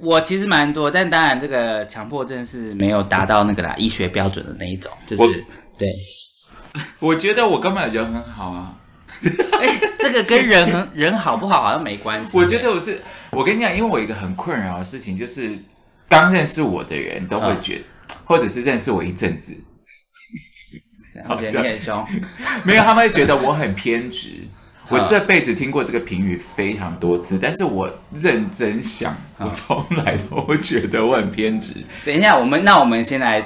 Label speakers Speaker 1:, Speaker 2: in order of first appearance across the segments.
Speaker 1: 我其实蛮多，但当然这个强迫症是没有达到那个啦医学标准的那一种，就
Speaker 2: 我
Speaker 1: 是对。
Speaker 2: 我觉得我根本人很好啊。
Speaker 1: 哎、这个跟人 很人好不好好像没关系。
Speaker 2: 我觉得我是，我跟你讲，因为我有一个很困扰的事情，就是当认识我的人都会觉得，或者是认识我一阵子，
Speaker 1: 我觉得你很凶，
Speaker 2: 没有，他们会觉得我很偏执。我这辈子听过这个评语非常多次，但是我认真想，我从来都觉得我很偏执。
Speaker 1: 等一下，我们那我们先来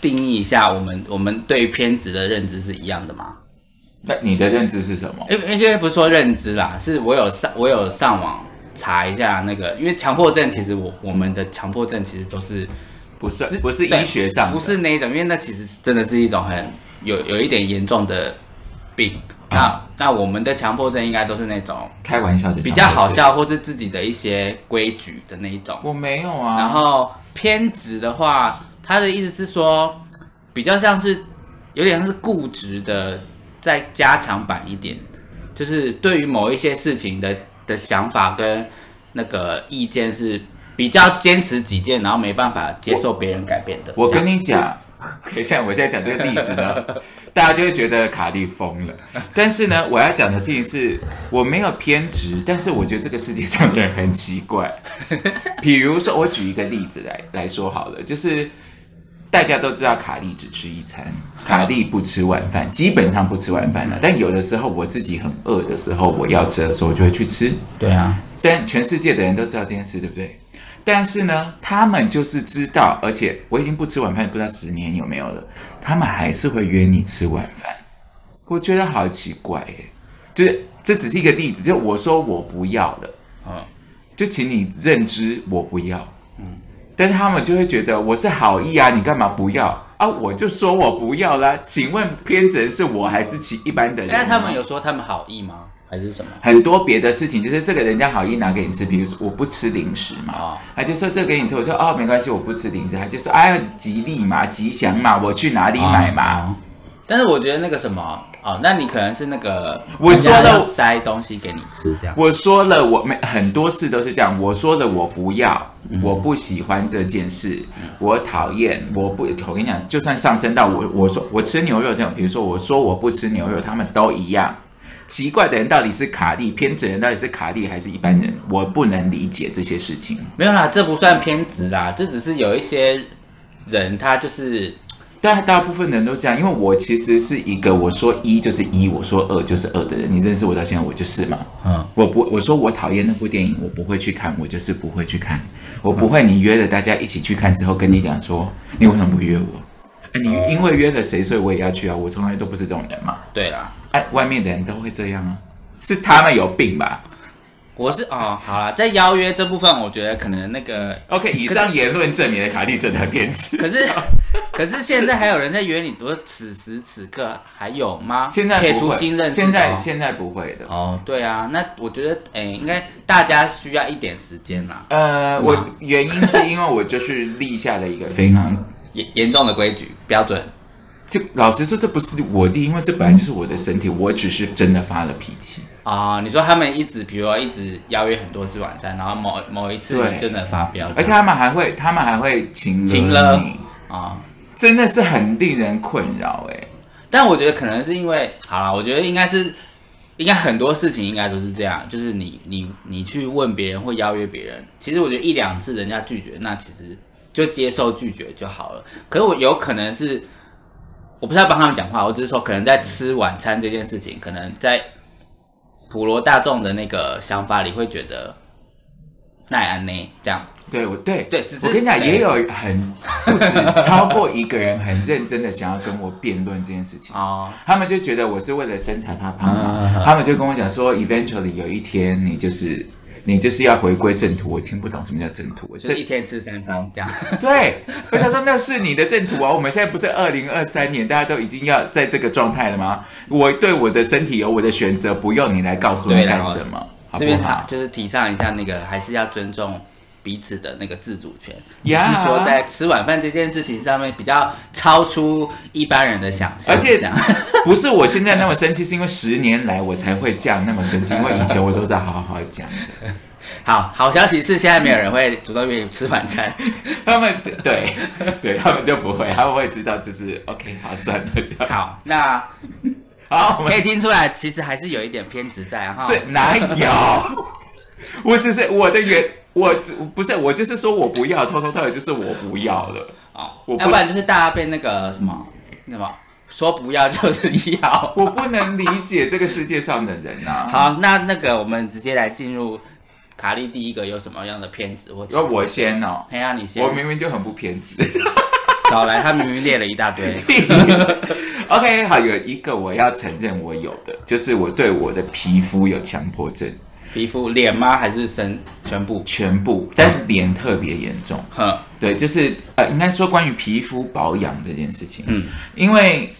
Speaker 1: 定义一下，我们我们对偏执的认知是一样的吗？
Speaker 2: 那你的认知是什么？
Speaker 1: 因为因为不是说认知啦，是我有上我有上网查一下那个，因为强迫症其实我我们的强迫症其实都是
Speaker 2: 不是，不是医学上的，
Speaker 1: 呃不是那一种，因为那其实真的是一种很有有一点严重的病。
Speaker 2: 啊
Speaker 1: 那那我们的强迫症应该都是那种
Speaker 2: 开玩笑的，
Speaker 1: 比较好。笑，或是自己的一些规矩的那一种。
Speaker 2: 我没有啊。
Speaker 1: 然后偏执的话，他的意思是说，比较像是有点像是固执的，再加强版一点，就是对于某一些事情的的想法跟那个意见是比较坚持己见，然后没办法接受别人改变的。
Speaker 2: 我跟你讲， 可以像我现在讲这个例子呢， 大家就会觉得卡莉疯了。但是呢，我要讲的事情是，我没有偏执，但是我觉得这个世界上的人很奇怪。 比如说，我举一个例子来来说好了，就是大家都知道卡莉只吃一餐，卡莉不吃晚饭，基本上不吃晚饭了。但有的时候我自己很饿的时候，我要吃的时候，我就会去吃。
Speaker 1: 对啊，
Speaker 2: 但全世界的人都知道这件事，对不对？但是呢，他们就是知道，而且我已经不吃晚饭，不知道十年有没有了，他们还是会约你吃晚饭。我觉得好奇怪耶，就是这只是一个例子，就我说我不要了，
Speaker 1: 嗯，
Speaker 2: 就请你认知我不要，嗯，但是他们就会觉得我是好意啊，你干嘛不要啊？我就说我不要啦。请问偏执人是我还是其一般的人呢？
Speaker 1: 那他们有说他们好意吗？还是什么？
Speaker 2: 很多别的事情，就是这个人家好意拿给你吃，比如说我不吃零食嘛，
Speaker 1: 哦
Speaker 2: 他就说这个给你吃，我说哦没关系，我不吃零食，他就说哎呀吉利嘛，吉祥嘛，我去哪里买嘛，
Speaker 1: 但是我觉得那个什么哦，那你可能是那个
Speaker 2: 我说的
Speaker 1: 人家要塞东西给你吃这样。
Speaker 2: 我说了我没很多事都是这样，我说了我不要，我不喜欢这件事，我讨厌，我不，我跟你讲，就算上升到我我说我吃牛肉这种，比如说我说我不吃牛肉，他们都一样。奇怪的人到底是卡利，偏执人到底是卡利还是一般人？我不能理解这些事情。
Speaker 1: 没有啦，这不算偏执啦，这只是有一些人他就是
Speaker 2: 但大部分人都这样，因为我其实是一个我说一就是一，我说二就是二的人。你认识我到现在，我就是嘛。
Speaker 1: 嗯，
Speaker 2: 我不我说我讨厌那部电影，我不会去看，我就是不会去看。我不会，你约了大家一起去看之后，跟你讲说你为什么不约我？哎，
Speaker 1: 哦
Speaker 2: 你因为约了谁，所以我也要去啊。我从来都不是这种人嘛。
Speaker 1: 对啦，
Speaker 2: 哎，外面的人都会这样啊，是他们有病吧
Speaker 1: 我是哦，好啦，在邀约这部分，我觉得可能那个，
Speaker 2: ？OK，以上言论证明了卡蒂正在偏执。
Speaker 1: 可 是可是现在还有人在约你，我此时此刻还有吗？
Speaker 2: 现在
Speaker 1: 撇
Speaker 2: 不
Speaker 1: 除
Speaker 2: 会
Speaker 1: 新认识的
Speaker 2: 现在
Speaker 1: 哦
Speaker 2: 现在不会的。
Speaker 1: 哦，对啊，那我觉得哎，应该大家需要一点时间啦，
Speaker 2: 呃，
Speaker 1: 是吗
Speaker 2: 我原因是因为我就是立下了一个非常，
Speaker 1: 严严重的规矩标准，
Speaker 2: 这老实说这不是我立，因为这本来就是我的身体，我只是真的发了脾气。
Speaker 1: 啊、你说他们一直，比如说一直邀约很多次晚餐，然后某某一次
Speaker 2: 对
Speaker 1: 你真的发飙，
Speaker 2: 而且他们还会，他们还会请
Speaker 1: 请了
Speaker 2: 你，
Speaker 1: 啊、
Speaker 2: 真的是很令人困扰哎、
Speaker 1: 但我觉得可能是因为，好啦，我觉得应该是，应该很多事情应该都是这样，就是你你你去问别人或邀约别人，其实我觉得一两次人家拒绝，那其实就接受拒绝就好了。可是我有可能是，我不是要帮他们讲话，我只是说可能在吃晚餐这件事情，可能在普罗大众的那个想法里会觉得奈安呢这样，
Speaker 2: 对，我对
Speaker 1: 对只是
Speaker 2: 我跟你讲，
Speaker 1: 对
Speaker 2: 也有很不止超过一个人很认真的想要跟我辩论这件事情。
Speaker 1: 哦，
Speaker 2: 他们就觉得我是为了身材怕胖嘛，
Speaker 1: 啊
Speaker 2: 他们就跟我讲说，eventually 有一天你就是你就是要回归正途。我听不懂什么叫正途，我
Speaker 1: 就是
Speaker 2: 这
Speaker 1: 一天吃三餐这样。
Speaker 2: 对，所以他说那是你的正途啊。我们现在不是二零二三年，大家都已经要在这个状态了吗？我对我的身体有我的选择，不用你来告诉我
Speaker 1: 对啦
Speaker 2: 干什么，好啊
Speaker 1: 这
Speaker 2: 不
Speaker 1: 边他
Speaker 2: 好？
Speaker 1: 就是提倡一下那个，还是要尊重彼此的那个自主权。也
Speaker 2: Yeah
Speaker 1: 是说在吃晚饭这件事情上面比较超出一般人的想象，
Speaker 2: 而且
Speaker 1: 这样
Speaker 2: 不是我现在那么生气，是因为十年来我才会这样那么生气，因为以前我都在好好讲 的。
Speaker 1: 好好消息是现在没有人会主动约你吃晚 餐，
Speaker 2: 他们对对，他们就不会，他们会知道就是 OK，好算了，这样
Speaker 1: 好，那
Speaker 2: 好，我们
Speaker 1: 可以听出来，其实还是有一点偏执在哈。
Speaker 2: 是哪有？ 我只是我的原，我不是我就是说我不要，从头到尾就是我不要了。
Speaker 1: 哦，
Speaker 2: 我不
Speaker 1: 要不然就是大家被那个什么那什么说不要就是要。
Speaker 2: 我不能理解这个世界上的人啊！
Speaker 1: 好，那那个我们直接来进入卡莉第一个有什么样的偏执或
Speaker 2: 说
Speaker 1: 者？
Speaker 2: 我先哦，
Speaker 1: 哎呀，你先
Speaker 2: 我明明就很不偏执。
Speaker 1: 找来，他明明列了一大堆。
Speaker 2: OK，好，有一个我要承认我有的，就是我对我的皮肤有强迫症，
Speaker 1: 皮肤脸吗？还是身全部？
Speaker 2: 全部，但脸特别严重。
Speaker 1: 哼，
Speaker 2: 对，就是呃，应该说关于皮肤保养这件事情，
Speaker 1: 嗯，
Speaker 2: 因为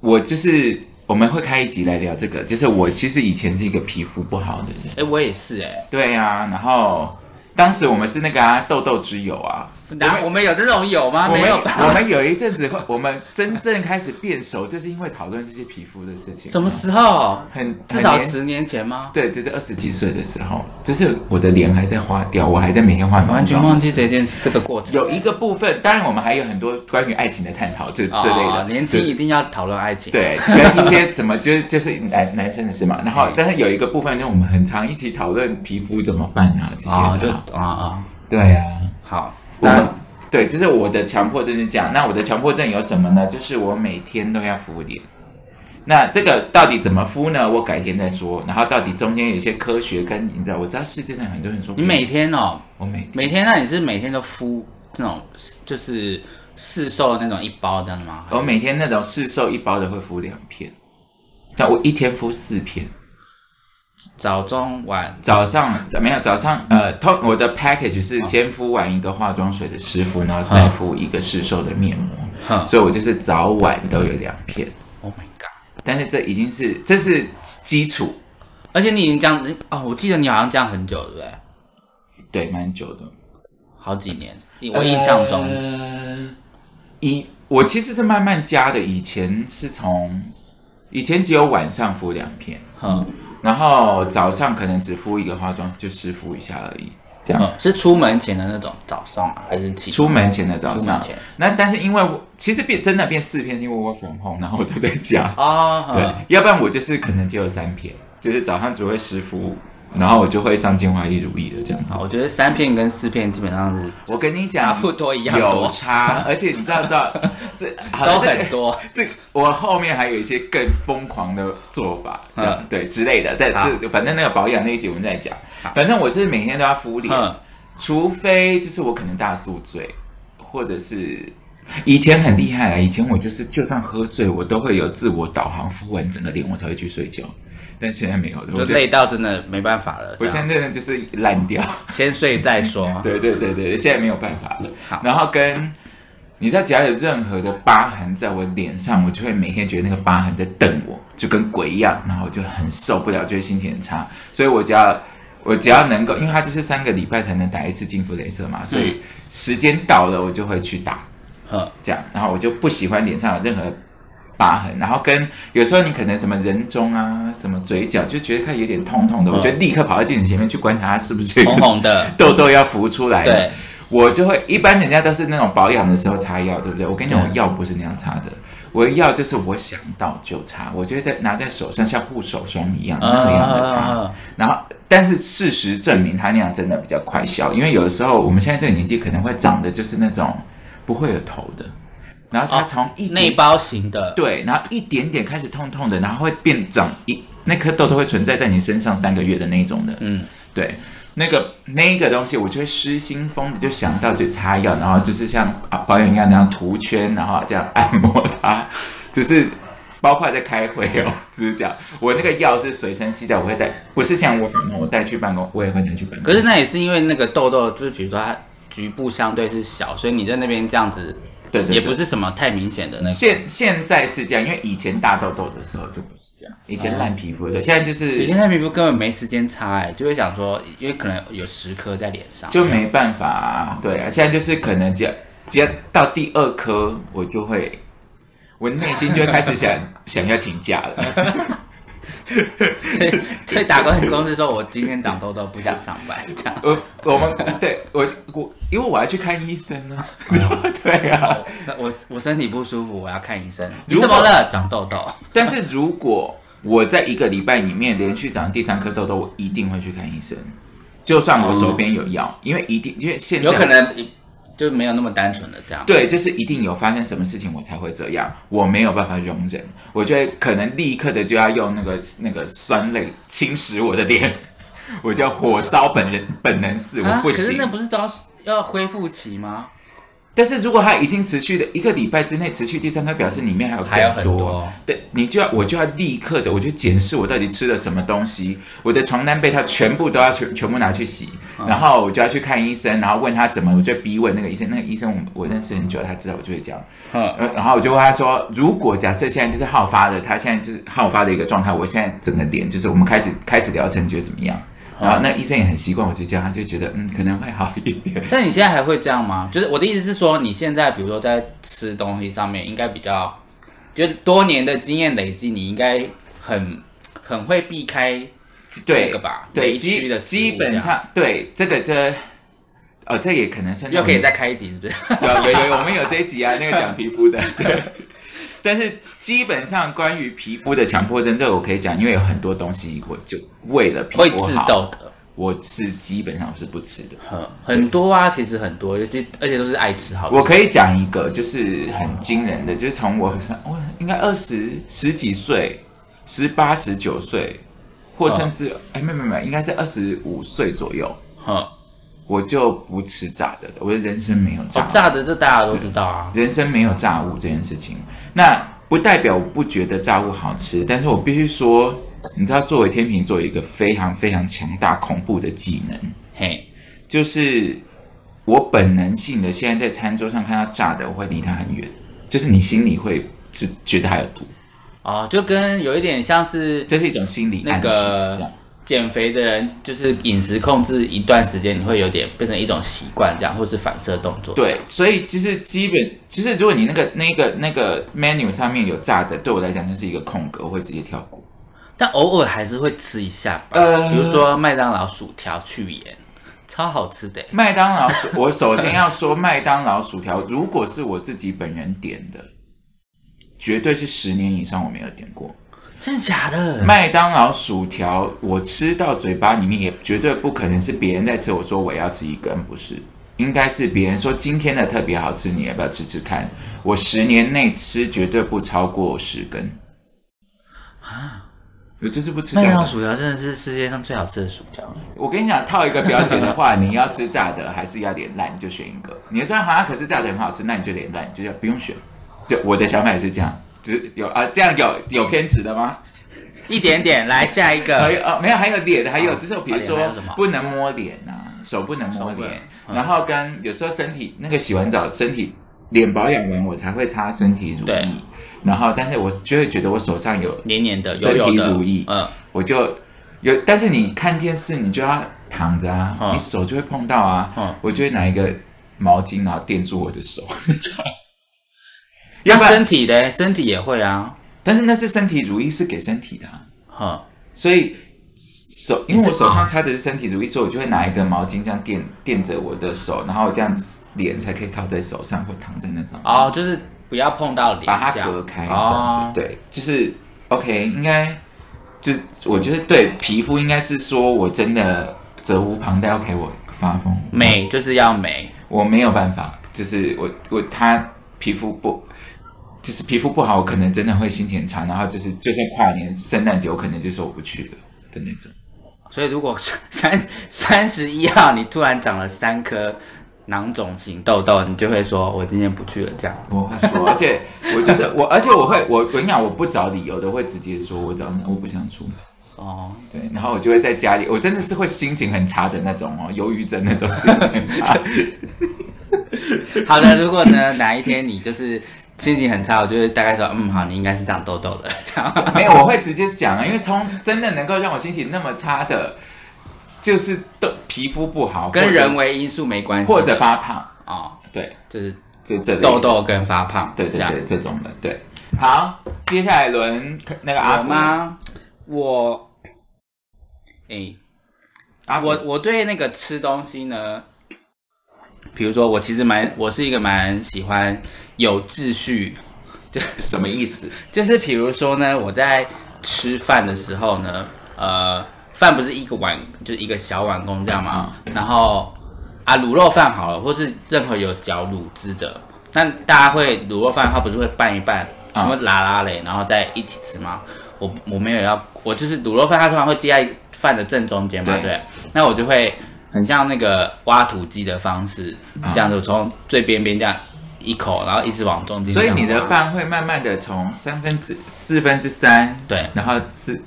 Speaker 2: 我就是我们会开一集来聊这个，就是我其实以前是一个皮肤不好的人，
Speaker 1: 哎、我也是哎、
Speaker 2: 对呀、然后当时我们是那个啊痘痘之友啊，
Speaker 1: 哪我们有这种有吗？
Speaker 2: 我
Speaker 1: 没
Speaker 2: 们
Speaker 1: 有
Speaker 2: 我
Speaker 1: 吧？
Speaker 2: 们有一阵子会，我们真正开始变熟，就是因为讨论这些皮肤的事情，
Speaker 1: 什么时候？
Speaker 2: 很
Speaker 1: 至少。
Speaker 2: 很年
Speaker 1: 十年前吗？
Speaker 2: 对，就是二十几岁的时候，就是我的脸还在花掉，我还在每天化
Speaker 1: 完
Speaker 2: 浓
Speaker 1: 全
Speaker 2: 妆。啊
Speaker 1: 忘记这件事这个过程。
Speaker 2: 有一个部分，当然我们还有很多关于爱情的探讨，这这类
Speaker 1: 哦
Speaker 2: 的。，
Speaker 1: 年轻一定要讨论爱情。，
Speaker 2: 对，跟一些怎么就是就是男男生的事嘛。然后，但是有一个部分，就我们很常一起讨论皮肤怎么办啊这些的
Speaker 1: 哦
Speaker 2: 啊。，
Speaker 1: 就啊啊、
Speaker 2: 对啊，
Speaker 1: 好，
Speaker 2: 我们
Speaker 1: 那
Speaker 2: 对，就是我的强迫症是这样。那我的强迫症有什么呢？就是我每天都要敷脸。那这个到底怎么敷呢？我改天再说。然后到底中间有一些科学跟你知道，我知道世界上很多人说
Speaker 1: 你每天哦，
Speaker 2: 我每
Speaker 1: 每天那你是每天都敷那种就是市售那种一包这样的吗？
Speaker 2: 我每天那种市售一包的会敷两片，但我一天敷四片。
Speaker 1: 早中晚
Speaker 2: 早上没有早上，呃，通我的 package 是先敷完一个化妆水的湿敷，然后再敷一个市售的面膜，
Speaker 1: 哼
Speaker 2: 所以我就是早晚都有两片。
Speaker 1: ，Oh my god！
Speaker 2: 但是这已经是这是基础，
Speaker 1: 而且你已经这样哦，我记得你好像这样很久，对不对？
Speaker 2: 对，蛮久的。
Speaker 1: 好几年，我印象中。
Speaker 2: 呃以我其实是慢慢加的，以前是从以前只有晚上敷两片，
Speaker 1: 哼，
Speaker 2: 然后早上可能只敷一个化妆，就湿敷一下而已，这样。
Speaker 1: 嗯是出门前的那种早上啊，还是起
Speaker 2: 出门前的早
Speaker 1: 出门
Speaker 2: 上
Speaker 1: 前，
Speaker 2: 那但是因为我其实变真的变四片，是因为我粉红，然后我都在 家，
Speaker 1: 啊？
Speaker 2: 对
Speaker 1: 哼，
Speaker 2: 要不然我就是可能只有三片，就是早上只会湿敷，然后我就会上精华液、乳液的这样子。
Speaker 1: 好我觉得三片跟四片基本上是
Speaker 2: 我跟你讲，
Speaker 1: 差不多一样多
Speaker 2: 有差，而且你知道知道是好 这
Speaker 1: 都
Speaker 2: 个
Speaker 1: 很多。
Speaker 2: 这个我后面还有一些更疯狂的做法，这样、
Speaker 1: 嗯
Speaker 2: 对之类的，但
Speaker 1: 好
Speaker 2: 这反正那个保养那一集我们再讲。反正我就是每天都要敷脸，
Speaker 1: 嗯
Speaker 2: 除非就是我可能大宿醉，或者是以前很厉害啊，以前我就是就算喝醉，我都会有自我导航，敷完整个脸我才会去睡觉，但现在没有了，我
Speaker 1: 就
Speaker 2: 现
Speaker 1: 累到真的没办法了，
Speaker 2: 我
Speaker 1: 这样
Speaker 2: 现在真的就是烂掉。
Speaker 1: 先睡再说。
Speaker 2: 对对对对，现在没有办法了。
Speaker 1: 好
Speaker 2: 然后跟你知道，只要有任何的疤痕在我脸上，我就会每天觉得那个疤痕在瞪我，就跟鬼一样，然后我就很受不了，就会心情很差。所以我只要我只要能够，因为它就是三个礼拜才能打一次净肤镭射嘛，所以时间到了我就会去打。
Speaker 1: 哼，
Speaker 2: 这样，然后我就不喜欢脸上有任何疤痕，然后跟有时候你可能什么人中啊，什么嘴角，就觉得它有点痛痛的，我就立刻跑到镜子前面去观察它是不是有
Speaker 1: 红红的
Speaker 2: 痘痘要浮出来了
Speaker 1: 对
Speaker 2: 我就会一般人家都是那种保养的时候擦药，对不对？我跟你讲，
Speaker 1: 对
Speaker 2: 我药不是那样擦的，我的药就是我想到就擦，我就会在拿在手上像护手霜一样那样的擦。
Speaker 1: 啊，
Speaker 2: 然后，但是事实证明，他那样真的比较快消，因为有的时候我们现在这个年纪可能会长的就是那种不会有头的，然后
Speaker 1: 哦
Speaker 2: 它从一
Speaker 1: 内
Speaker 2: 点、
Speaker 1: 包型的，
Speaker 2: 对，然后一点点开始痛痛的，然后会变长一那颗痘痘会存在在你身上三个月的那一种的，
Speaker 1: 嗯，
Speaker 2: 对，那个那个东西，我就会失心疯的就想到就擦药，然后就是像啊保养一样那样涂圈，然后这样按摩它，只是包括在开会哦，只是讲我那个药是随身携带，我会带，不是像我反正我带去办公，我也会拿去办公。
Speaker 1: 可是那也是因为那个痘痘，就是比如说它局部相对是小，所以你在那边这样子，
Speaker 2: 对对对
Speaker 1: 也不是什么太明显的那个。
Speaker 2: 现现在是这样，因为以前大痘痘的时候就不是这样，以前烂皮肤的时候，现在就
Speaker 1: 以
Speaker 2: 是
Speaker 1: 前太皮肤根本没时间擦、哎，就会想说，因为可能有十颗在脸上，
Speaker 2: 就没办法、啊，对啊，现在就是可能只要只要到第二颗，我就会，我内心就会开始 想想要请假了。
Speaker 1: 所以所以打过去公司说，我今天长痘痘，不想上班，这样。
Speaker 2: 我我们对我我，因为我要去看医生呢、
Speaker 1: 哦
Speaker 2: 对啊，
Speaker 1: 我我身体不舒服，我要看医生。
Speaker 2: 如
Speaker 1: 你
Speaker 2: 果
Speaker 1: 怎么了？长痘痘。
Speaker 2: 但是如果我在一个礼拜里面连续长第三颗痘痘，我一定会去看医生，就算我手边有药，因为一定因为现在
Speaker 1: 有可能就没有那么单纯的这样。
Speaker 2: 对，就是一定有发生什么事情，我才会这样，我没有办法容忍，我觉得可能立刻的就要用那个那个酸类侵蚀我的脸， 我就要火烧本人本能寺，我
Speaker 1: 啊，
Speaker 2: 不
Speaker 1: 可是
Speaker 2: 行。
Speaker 1: 那不是都要要恢复期吗？
Speaker 2: 但是如果它已经持续的一个礼拜之内持续第三颗，表示里面还有
Speaker 1: 还有
Speaker 2: 更
Speaker 1: 很
Speaker 2: 多。
Speaker 1: 多
Speaker 2: 对，你就要我就要立刻的，我就检视我到底吃了什么东西，我的床单被它全部都要全全部拿去洗，
Speaker 1: 啊
Speaker 2: 然后我就要去看医生，然后问他怎么，我就逼问那个医生，那个医生我我认识很久，他知道我就会讲，
Speaker 1: 哼，
Speaker 2: 呃，然后我就问他说，如果假设现在就是好发的，他现在就是好发的一个状态，我现在整个脸就是我们开始开始疗程，你觉得怎么样？
Speaker 1: 哦
Speaker 2: 然后那医生也很习惯我就这样，他就觉得嗯可能会好一 点。
Speaker 1: 但你现在还会这样吗？就是我的意思是说，你现在比如说在吃东西上面，应该比较就是多年的经验累积，你应该很很会避开
Speaker 2: 对
Speaker 1: 这个吧
Speaker 2: 对，
Speaker 1: 雷区
Speaker 2: 基
Speaker 1: 的食物
Speaker 2: 基本上对这个这，哦，这也可能是那
Speaker 1: 又可以
Speaker 2: 种
Speaker 1: 再开一集，是不是？
Speaker 2: 有有有，我们有这一集啊，那个讲皮肤的，对。但是基本上关于皮肤的强迫症，这个我可以讲，因为有很多东西我就为了皮
Speaker 1: 会
Speaker 2: 肤
Speaker 1: 治
Speaker 2: 好，
Speaker 1: 痘的，
Speaker 2: 我是基本上是不吃的。
Speaker 1: 很很多啊，其实很多，尤其而且都是爱吃好吃。
Speaker 2: 我可以讲一个，就是很惊人的，就是从我上我应该二十十几岁，十八十九岁，或甚至哎、没有没有没有，应该是二十五岁左右，
Speaker 1: 哼，哦
Speaker 2: 我就不吃炸的，我的人生没有炸物，
Speaker 1: 炸的这大家都知道啊，
Speaker 2: 人生没有炸物这件事情。那不代表我不觉得炸物好吃，但是我必须说，你知道，作为天秤座有一个非常非常强大恐怖的技能，
Speaker 1: 嘿，
Speaker 2: 就是我本能性的现在在餐桌上看到炸的，我会离它很远，就是你心里会只觉得它有毒，
Speaker 1: 哦，就跟有一点像是
Speaker 2: 这是一种心理
Speaker 1: 那
Speaker 2: 暗示。
Speaker 1: 个
Speaker 2: 这样
Speaker 1: 减肥的人，就是饮食控制一段时间，你会有点变成一种习惯，这样或是反射动作。
Speaker 2: 对，所以其实基本，其实如果你那个那个那个 menu 上面有炸的，对我来讲就是一个空格，我会直接跳过。
Speaker 1: 但偶尔还是会吃一下吧。
Speaker 2: 呃
Speaker 1: 比如说麦当劳薯条去盐，超好吃的欸。
Speaker 2: 麦当劳薯，我首先要说，麦当劳薯条，如果是我自己本人点的，绝对是十年以上我没有点过。
Speaker 1: 真的假的？
Speaker 2: 麦当劳薯条，我吃到嘴巴里面也绝对不可能是别人在吃，我说我要吃一根，不是，应该是别人说今天的特别好吃，你要不要吃吃看？我十年内吃绝对不超过十根。啊我就是不吃炸
Speaker 1: 麦当劳
Speaker 2: 的。
Speaker 1: 薯条真的是世界上最好吃的薯条了。
Speaker 2: 我跟你讲，套一个标签的话，你要吃炸的还是要脸烂，你就选一个。你说好像可是炸的很好吃，那你就脸烂，你就要不用选。就我的想法也是这样，就是有啊，这样有有偏执的吗？
Speaker 1: 一点点，来下一
Speaker 2: 还
Speaker 1: 个。
Speaker 2: 有啊，没有，还有脸的，还有
Speaker 1: 哦
Speaker 2: 就是比如
Speaker 1: 还有
Speaker 2: 说
Speaker 1: 什么
Speaker 2: 不能摸脸啊，手不能摸
Speaker 1: 手不能嗯
Speaker 2: 脸，然后跟有时候身体那个洗完澡身体脸保养完，我才会擦身体乳
Speaker 1: 对
Speaker 2: 液，然后但是我就会觉得我手上有
Speaker 1: 黏黏的，油
Speaker 2: 身
Speaker 1: 油
Speaker 2: 体
Speaker 1: 的，
Speaker 2: 乳液，
Speaker 1: 嗯，
Speaker 2: 我就有，但是你看电视你就要躺着啊，
Speaker 1: 嗯
Speaker 2: 你手就会碰到啊，
Speaker 1: 嗯
Speaker 2: 我就会拿一个毛巾然后垫住我的手， 要
Speaker 1: 那
Speaker 2: 不然
Speaker 1: 身体嘞，身体也会啊，嗯
Speaker 2: 但是那是身体乳液是给身体的、啊。
Speaker 1: 哼，
Speaker 2: 所以手，因为
Speaker 1: 你是啊
Speaker 2: 我手上擦的是身体乳液，所以我就会拿一个毛巾这样垫垫着我的手，然后这样子脸才可以靠在手上或躺在那上面，
Speaker 1: 哦，就是不要碰到脸，
Speaker 2: 把它
Speaker 1: 这样
Speaker 2: 隔开这
Speaker 1: 哦
Speaker 2: 样子。对，就是 OK，应该就是我觉得对皮肤应该是说我真的责无旁贷，OK，我发疯，
Speaker 1: 美就是要美，
Speaker 2: 我没有办法，就是我我他皮肤不。就是皮肤不好，我可能真的会心情很差，然后就是就算跨年、圣诞节，我可能就说我不去了的那种。
Speaker 1: 所以如果三三十一号你突然长了三颗，囊肿型痘痘，你就会说我今天不去了这样。
Speaker 2: 我会说，而且我就是我，而且我会我我跟你讲，我不找理由的，会直接说我早上我不想出门。
Speaker 1: 哦，
Speaker 2: 对，然后我就会在家里，我真的是会心情很差的那种哦，忧郁症那种心情很差。
Speaker 1: 好的，如果呢哪一天你就是心情很差，我就会大概说，嗯，好，你应该是长痘痘的这样。
Speaker 2: 没有，我会直接讲啊，因为从真的能够让我心情那么差的，就是都皮肤不好，或
Speaker 1: 跟
Speaker 2: 者
Speaker 1: 人为因素没关系，
Speaker 2: 或者发胖，
Speaker 1: 哦，
Speaker 2: 对，
Speaker 1: 就是
Speaker 2: 这这类的
Speaker 1: 痘，痘跟发胖，
Speaker 2: 对对
Speaker 1: 这样
Speaker 2: 对，这种的，对。好，接下来轮那个阿
Speaker 1: 我
Speaker 2: 福？
Speaker 1: 吗？我，诶、
Speaker 2: 阿福
Speaker 1: 我我对那个吃东西呢，比如说我其实蛮，我是一个蛮喜欢有秩序，
Speaker 2: 什么意思？
Speaker 1: 就是比如说呢，我在吃饭的时候呢，呃，饭不是一个碗，就是一个小碗公这样嘛，
Speaker 2: 嗯
Speaker 1: 然后啊卤肉饭好了，或是任何有绞卤汁的，那大家会卤肉饭它不是会拌一拌，
Speaker 2: 啊
Speaker 1: 什么拉拉嘞，然后再一起吃吗？我我没有要，我就是卤肉饭，它通常会滴在饭的正中间嘛，
Speaker 2: 对
Speaker 1: 对，那我就会很像那个挖土机的方式，
Speaker 2: 啊
Speaker 1: 这样子从最边边这样一口，然后一直往中间这
Speaker 2: 所以
Speaker 1: 样挖，
Speaker 2: 你的饭会慢慢的从三分之四分之三，
Speaker 1: 对
Speaker 2: 然后四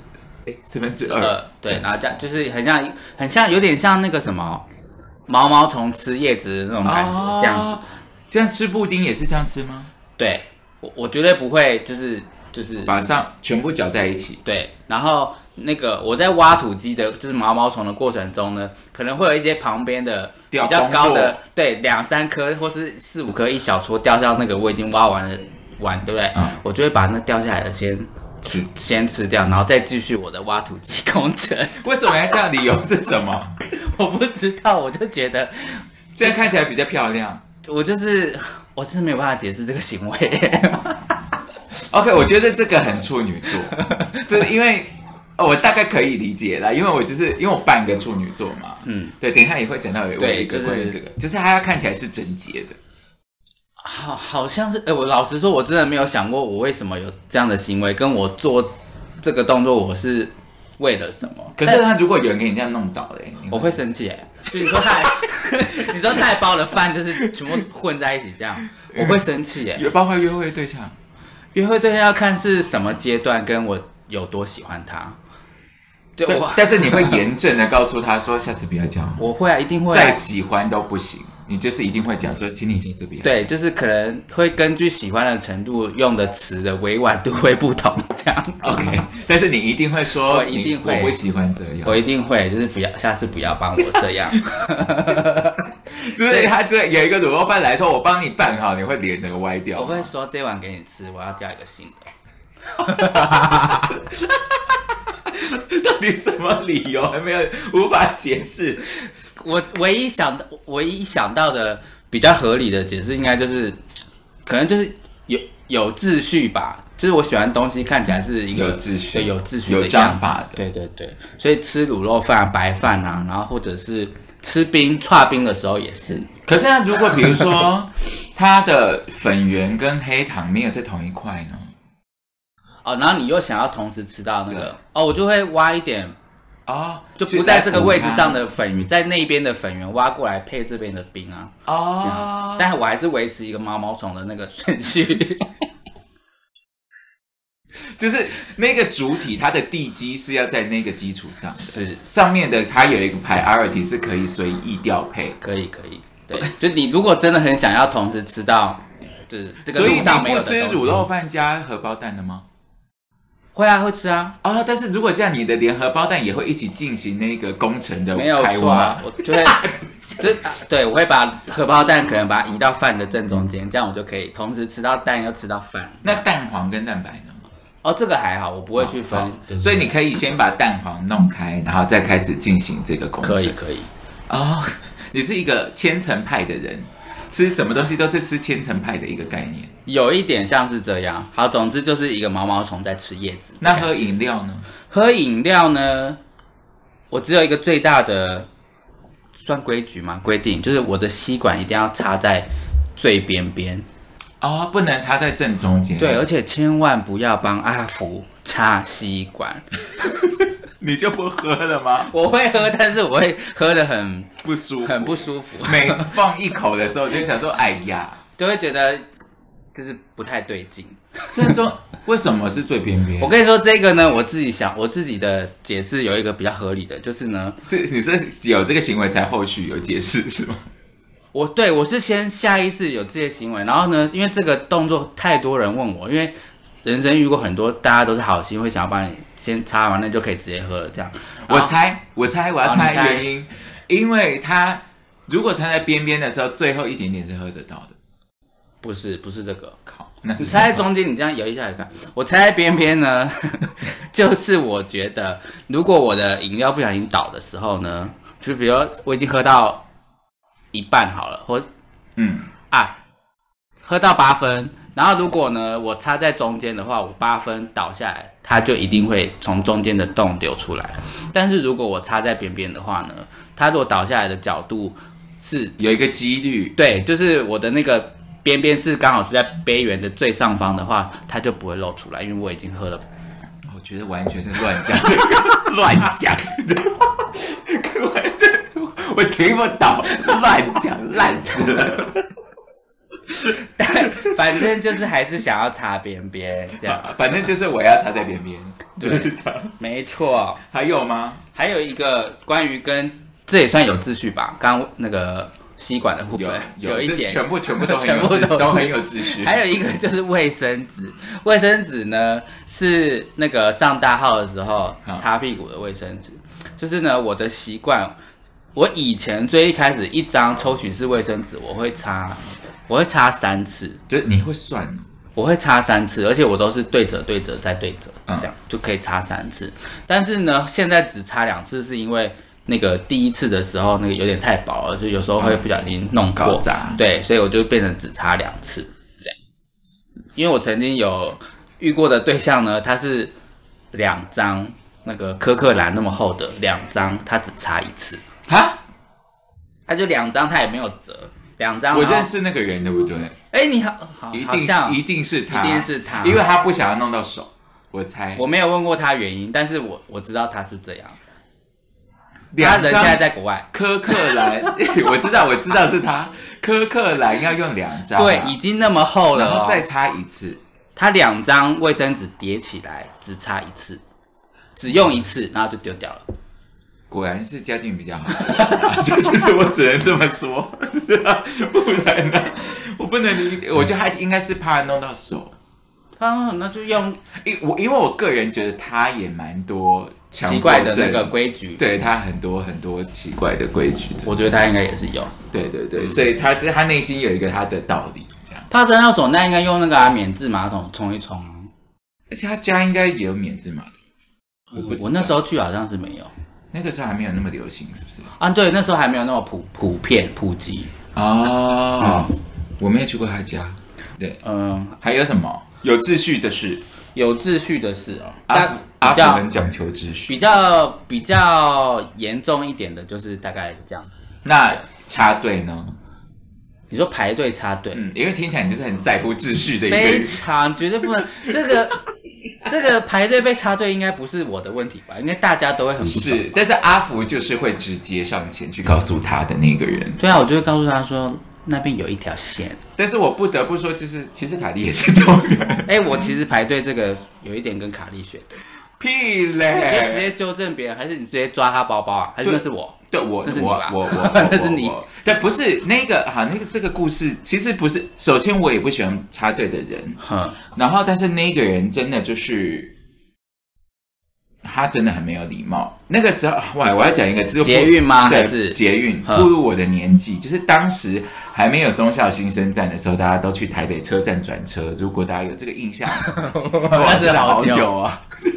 Speaker 2: 哎四分之
Speaker 1: 呃
Speaker 2: 二，，
Speaker 1: 对，然后这样就是很像，很像，有点像那个什么毛毛虫吃叶子的那种感觉，
Speaker 2: 哦，
Speaker 1: 这样子。
Speaker 2: 这样吃布丁也是这样吃吗？
Speaker 1: 对，我我绝对不会就是就是
Speaker 2: 把上全部搅在一起，
Speaker 1: 对，然后那个我在挖土机的，就是毛毛虫的过程中呢，可能会有一些旁边的比
Speaker 2: 掉
Speaker 1: 较高
Speaker 2: 光
Speaker 1: 的
Speaker 2: 落，
Speaker 1: 对，两三颗或是四五颗一小撮掉到那个我已经挖完了碗，对不对？
Speaker 2: 嗯
Speaker 1: 我就会把那掉下来的先
Speaker 2: 吃。
Speaker 1: 先吃掉，然后再继续我的挖土机工程。
Speaker 2: 为什么要这样？理由是什么？
Speaker 1: 我不知道，我就觉得。
Speaker 2: 这样看起来比较漂亮。
Speaker 1: 我就是我真是没有办法解释这个行为。
Speaker 2: OK，我觉得这个很处女座， 就是因为、哦、我大概可以理解啦，因为我就是因为我半个处女座嘛。
Speaker 1: 嗯，
Speaker 2: 对，等一下也会讲到有我
Speaker 1: 对
Speaker 2: 一个
Speaker 1: 就是
Speaker 2: 关于这个，就是他看起来是整洁的。
Speaker 1: 好，好像是哎、我老实说，我真的没有想过我为什么有这样的行为，跟我做这个动作我是为了什么。
Speaker 2: 可是他如果有人给你这样弄倒嘞，你
Speaker 1: 我会生气哎、就你说太， 你说太包的饭就是全部混在一起这样，我会生气哎、
Speaker 2: 约包括约会对象，
Speaker 1: 约会对象要看是什么阶段，跟我有多喜欢他。对
Speaker 2: 对
Speaker 1: 我，，
Speaker 2: 但是你会严正的告诉他说，下次不要这样，
Speaker 1: 我会啊，一定 会、啊。
Speaker 2: 再喜欢都不行，你就是一定会讲说，请你下次不要。
Speaker 1: 对，就是可能会根据喜欢的程度用的词的委婉度会不同， 这样。
Speaker 2: OK，但是你一定会说，
Speaker 1: 我一定会
Speaker 2: 你我不喜欢这样。
Speaker 1: 我一定会，就是不要，下次不要帮我这样。
Speaker 2: 就是他这有一个卤肉饭来说，我帮你拌好，你会脸整个歪掉。
Speaker 1: 我会说这碗给你吃，我要加一个新的。
Speaker 2: 到底什么理由还没有无法解释？
Speaker 1: 我唯一想到，唯一想到的比较合理的解释，应该就是，可能就是有有秩序吧。就是我喜欢东西看起来是一个
Speaker 2: 有秩序
Speaker 1: 对有秩序
Speaker 2: 有
Speaker 1: 的样
Speaker 2: 章法
Speaker 1: 子
Speaker 2: 的
Speaker 1: 对对对。所以吃卤肉饭、白饭啊，然后或者是吃冰、串冰的时候也是。
Speaker 2: 可是他如果比如说他的粉圆跟黑糖没有在同一块呢？
Speaker 1: 哦，然后你又想要同时吃到那个，哦，我就会挖一点，
Speaker 2: 哦，
Speaker 1: 就不在这个位置上
Speaker 2: 的
Speaker 1: 的粉圆，在那边的粉圆挖过来配这边的冰啊。
Speaker 2: 哦。
Speaker 1: 但我还是维持一个毛毛虫的那个顺序。
Speaker 2: 就是那个主体，它的地基是要在那个基础上的，
Speaker 1: 是，
Speaker 2: 上面的它有一个 priority 是可以随意调配。
Speaker 1: 可以，可以。对，就你如果真的很想要同时吃到，就是这个
Speaker 2: 所以
Speaker 1: 路
Speaker 2: 你
Speaker 1: 上没有
Speaker 2: 不
Speaker 1: 的
Speaker 2: 吃
Speaker 1: 东西
Speaker 2: 卤肉饭加荷包蛋的吗？
Speaker 1: 会啊，会吃啊，
Speaker 2: 啊、但是如果这样，你的联合包蛋也会一起进行那个工程的
Speaker 1: 没有
Speaker 2: 开
Speaker 1: 错啊
Speaker 2: 挖，。
Speaker 1: 我 就会，就啊对我会把荷包蛋可能把它移到饭的正中间，这样我就可以同时吃到蛋又吃到饭。
Speaker 2: 那蛋黄跟蛋白呢？
Speaker 1: 哦，这个还好，我不会去分
Speaker 2: 好，
Speaker 1: 对
Speaker 2: 所以你可以先把蛋黄弄开，然后再开始进行这个工程。
Speaker 1: 可以可以。
Speaker 2: 哦，你是一个千层派的人，吃什么东西都是吃千层派的一个概念。
Speaker 1: 有一点像是这样。好，总之就是一个毛毛虫在吃叶子。
Speaker 2: 那喝饮料呢？
Speaker 1: 喝饮料呢？我只有一个最大的算规矩吗？规定就是我的吸管一定要插在最边边。
Speaker 2: 哦，不能插在正中间。
Speaker 1: 对，而且千万不要帮阿福插吸管。
Speaker 2: 你就不喝了吗？
Speaker 1: 我会喝，但是我会喝的很
Speaker 2: 不舒服，
Speaker 1: 很不舒服，
Speaker 2: 每放一口的时候就想说，哎呀，
Speaker 1: 就会觉得就是不太对劲。
Speaker 2: 正宗为什么是最边边？
Speaker 1: 我跟你说这个呢，我自己想我自己的解释有一个比较合理的，就是呢，
Speaker 2: 是你是有这个行为才后续有解释是吗？
Speaker 1: 我对我是先下意识有这些行为，然后呢，因为这个动作太多人问我，因为人生遇过很多，大家都是好心会想要帮你先擦完，那就可以直接喝了这样。
Speaker 2: 我
Speaker 1: 然后
Speaker 2: 猜，我猜，我要
Speaker 1: 好你
Speaker 2: 啊猜
Speaker 1: 猜
Speaker 2: 原因，因为他如果掺在边边的时候，最后一点点是喝得到的。
Speaker 1: 不是不是这个，
Speaker 2: 靠，那是
Speaker 1: 你猜在
Speaker 2: 什么
Speaker 1: 中间，你这样摇一下来看，我猜在边边呢， 就是我觉得如果我的饮料不小心倒的时候呢，就比如我已经喝到一半好了，或
Speaker 2: 嗯，
Speaker 1: 啊，喝到八分。然后如果呢，我插在中间的话，我八分倒下来，它就一定会从中间的洞流出来。但是如果我插在边边的话呢，它如果倒下来的角度是
Speaker 2: 有一个几率
Speaker 1: 对，就是我的那个边边是刚好是在杯缘的最上方的话，它就不会露出来，因为我已经喝了。
Speaker 2: 我觉得完全是乱 讲，乱 讲，我我听不懂，乱讲，烂死了。
Speaker 1: 反正就是还是想要擦边边，这样
Speaker 2: 啊反正就是我要插在边 边，就是这样。
Speaker 1: 没错。
Speaker 2: 还有吗？
Speaker 1: 还有一个关于跟这也算有秩序吧，刚刚那个吸管的部分
Speaker 2: 有
Speaker 1: 一
Speaker 2: 这
Speaker 1: 点
Speaker 2: 全部全部都 很有
Speaker 1: 全部
Speaker 2: 秩
Speaker 1: 都
Speaker 2: 都很有秩序。
Speaker 1: 还有一个就是卫生纸，卫生纸呢是那个上大号的时候
Speaker 2: 嗯
Speaker 1: 擦屁股的卫生纸，就是呢我的习惯，我以前最一开始一张抽取式卫生纸我会擦，我会擦三次，
Speaker 2: 就是你会算哦
Speaker 1: 我会擦三次，而且我都是对折对折再对折，
Speaker 2: 嗯
Speaker 1: 这样就可以擦三次。但是呢，现在只擦两次，是因为那个第一次的时候那个有点太薄了，就有时候会不小心弄
Speaker 2: 搞
Speaker 1: 破
Speaker 2: 砸，
Speaker 1: 对，所以我就变成只擦两次这样。因为我曾经有遇过的对象呢，他是两张那个柯克兰那么厚的两张，他只擦一次，
Speaker 2: 哈，
Speaker 1: 他就两张，他也没有折，两张。
Speaker 2: 我
Speaker 1: 然后
Speaker 2: 认，识那个人，对不对？
Speaker 1: 哎、你好，好，
Speaker 2: 一
Speaker 1: 好
Speaker 2: 定
Speaker 1: 像
Speaker 2: 一定是他，
Speaker 1: 一定是他
Speaker 2: 因为他不想要弄到手，我猜。
Speaker 1: 我没有问过他原因，但是我我知道他是这样。他
Speaker 2: 两
Speaker 1: 人
Speaker 2: 张
Speaker 1: 现在在国外，
Speaker 2: 科克兰， 我知道，我知道是他。科克兰要用两张啊，
Speaker 1: 对，已经那么厚了、
Speaker 2: 然
Speaker 1: 哦
Speaker 2: 后。再擦一次，
Speaker 1: 他两张卫生纸叠起来，只擦一次，只用一次，然后就丢掉了。
Speaker 2: 果然是家境比较好。 啊这就是我只能这么说，不然呢，我不能理解。我觉得他应该是怕弄到手，
Speaker 1: 他说那就用
Speaker 2: 因我因为我个人觉得他也蛮多强迫
Speaker 1: 奇怪的那
Speaker 2: 症
Speaker 1: 个规矩，
Speaker 2: 对他很多很多奇怪的规矩的，
Speaker 1: 我觉得他应该也是有。
Speaker 2: 对对对，所以他这他内心有一个他的道理，这样，
Speaker 1: 泡蒸药所那应该用那个、啊、免治马桶冲一冲啊。
Speaker 2: 而且他家应该也有免治马桶，我不知道
Speaker 1: 我那时候去好像是没有
Speaker 2: 那个时候还没有那么流行，是不是？
Speaker 1: 啊，对，那时候还没有那么普普遍普及。
Speaker 2: 哦，我没有去过他家，对，
Speaker 1: 嗯，
Speaker 2: 还有什么有秩序的事？
Speaker 1: 有秩序的事哦，
Speaker 2: 阿
Speaker 1: 但
Speaker 2: 福阿
Speaker 1: 比较
Speaker 2: 福很讲求秩序，
Speaker 1: 比较比较严重一点的，就是大概这样子。
Speaker 2: 那插队呢？
Speaker 1: 你说排队插队，
Speaker 2: 嗯，因为听起来你就是很在乎秩序的一个
Speaker 1: 非
Speaker 2: 人，
Speaker 1: 常绝对 不能。这个这个排队被插队应该不是我的问题吧？应该大家都会很不爽。
Speaker 2: 是，但是阿福就是会直接上前去告诉他的那个人。
Speaker 1: 对啊，我就会告诉他说那边有一条线。
Speaker 2: 但是我不得不说，就是其实凯莉也是这种人，
Speaker 1: 哎、我其实排队这个有一点跟卡莉学的，
Speaker 2: 屁
Speaker 1: 你可以直
Speaker 2: 嘞！
Speaker 1: 接纠正别人，还是你直接抓他包包啊？还是那是我？
Speaker 2: 对我，
Speaker 1: 那是你
Speaker 2: 我
Speaker 1: 吧，
Speaker 2: 我，我，我
Speaker 1: 那是你。
Speaker 2: 我但不是那个哈，那个这个故事其实不是。首先，我也不喜欢插队的人，
Speaker 1: 哼，
Speaker 2: 然后但是那个人真的就是。他真的很没有礼貌。那个时候，哇，我要讲一个，就是
Speaker 1: 捷运吗
Speaker 2: 对
Speaker 1: 还是
Speaker 2: 捷运？
Speaker 1: 嗯
Speaker 2: 步入我的年纪，就是当时还没有忠孝新生站的时候，大家都去台北车站转车。如果大家有这个印象，
Speaker 1: 那是
Speaker 2: 好
Speaker 1: 好久。
Speaker 2: 久啊。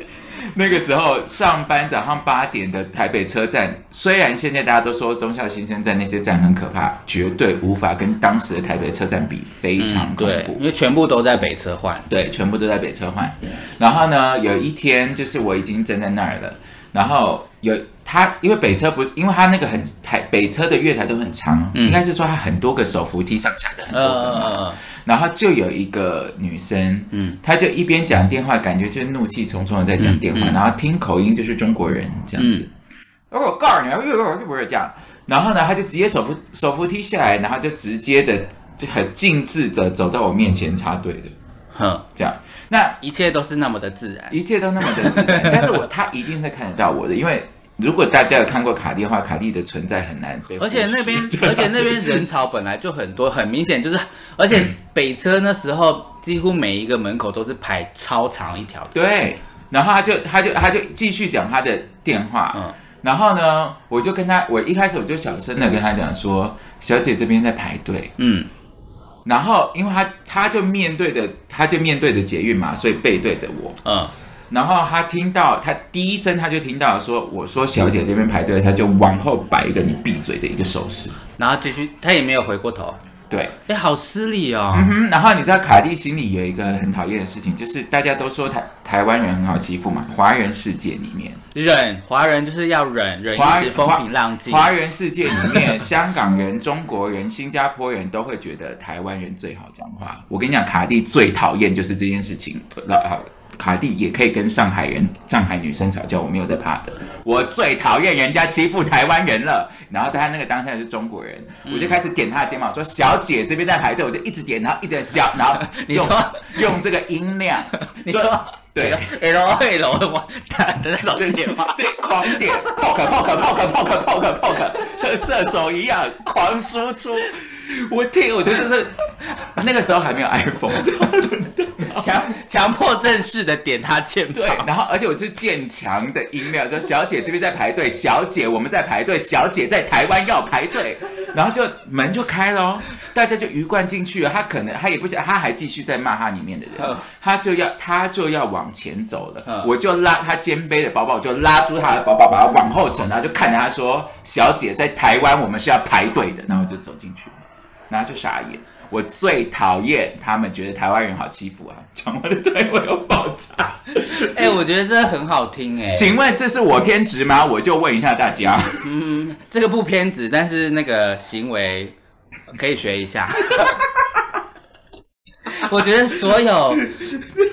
Speaker 2: 那个时候上班早上八点的台北车站，虽然现在大家都说忠孝新生站那些站很可怕，绝对无法跟当时的台北车站比，非常
Speaker 1: 嗯，
Speaker 2: 恐
Speaker 1: 对
Speaker 2: 怖。，
Speaker 1: 因为全部都在北车换。
Speaker 2: 对，全部都在北车换。然后呢，有一天就是我已经站在那儿了，然后有他，因为北车不，因为他那个很
Speaker 1: 嗯
Speaker 2: 台北车的月台都很长，应该是说他很多个手扶梯上下的很多个嘛。
Speaker 1: 呃，
Speaker 2: 然后就有一个女生，嗯，她就一边讲电话，感觉就是怒气冲冲的在讲电话，
Speaker 1: 嗯嗯嗯
Speaker 2: 然后听口音就是中国人这样子。而我告诉你，就不是这样。然后呢，她就直接手扶手扶梯下来，然后就直接的就很径自的走到我面前插队的
Speaker 1: 哼，
Speaker 2: 这样。那
Speaker 1: 一切都是那么的自然。
Speaker 2: 一切都那么的自然，但是我他一定是看得到我的，因为如果大家有看过卡蒂的话，卡蒂的存在很难被忽
Speaker 1: 哦而
Speaker 2: 视，
Speaker 1: 且那 边，
Speaker 2: 啊
Speaker 1: 而且那边人潮本来就很多，很明显就是，而且北车那时候几乎每一个门口都是排超长一条队。
Speaker 2: 对，啊然后他就他就他就继续讲他的电话，
Speaker 1: 嗯
Speaker 2: 然后呢，我就跟他，我一开始我就小声的跟他讲说，小姐这边在排队，
Speaker 1: 嗯，
Speaker 2: 然后因为他他就面对的他就面对着捷运嘛，所以背对着我，
Speaker 1: 嗯，
Speaker 2: 然后他听到他第一声他就听到说我说小姐这边排队，他就往后摆一个你闭嘴的一个手势，
Speaker 1: 然后继续，他也没有回过头，
Speaker 2: 对。
Speaker 1: 哎，好失礼哦。
Speaker 2: 嗯哼，然后你知道卡蒂心里有一个很讨厌的事情，就是大家都说台台湾人很好欺负嘛，华人世界里面，
Speaker 1: 忍，华人就是要忍，忍
Speaker 2: 华
Speaker 1: 一时风平浪静。哎
Speaker 2: 华华人世界里面， 香港人、中国人、新加坡人都会觉得台湾人最好讲话。我跟你讲，卡蒂最讨厌就是这件事情。那好，卡蒂也可以跟上海人、上海女生吵架，我没有在怕的。我最讨厌人家欺负台湾人了。然后他那个当下是中国人，我就
Speaker 1: 嗯
Speaker 2: 开始点他的肩膀说：“小姐这边在排队。”我就一直点，然后一直笑，然后
Speaker 1: 你
Speaker 2: 用
Speaker 1: 说
Speaker 2: 用这个音量，
Speaker 1: 你
Speaker 2: 就
Speaker 1: 说哎
Speaker 2: 对。
Speaker 1: L L 的我的那种
Speaker 2: 对
Speaker 1: 电话，
Speaker 2: 对，狂点 poke poke poke poke poke poke，像射手一样狂输出。我听，我觉得是那个时候还没有 iPhone，
Speaker 1: 强强迫正式的点他肩
Speaker 2: 对
Speaker 1: 膀。，
Speaker 2: 然后而且我是渐强的音量，说小姐这边在排队，小姐我们在排队，小姐在台湾要排 队，然后就门就开了哦，大家就鱼贯进去了。他可能他也不想，他还继续在骂他里面的人
Speaker 1: 嗯，
Speaker 2: 他就要他就要往前走了
Speaker 1: 嗯，
Speaker 2: 我就拉他肩背的包包，我就拉住他的包包，把他往后扯，然后就看着他说：“小姐在台湾我们是要排队的。”然后我就走进去了，然后就傻眼。我最讨厌他们觉得台湾人好欺负啊！讲我的台湾要爆炸。
Speaker 1: 哎、我觉得这很好听哎、
Speaker 2: 请问这是我偏执吗？我就问一下大家。
Speaker 1: 嗯，这个不偏执，但是那个行为可以学一下。 我觉得所有，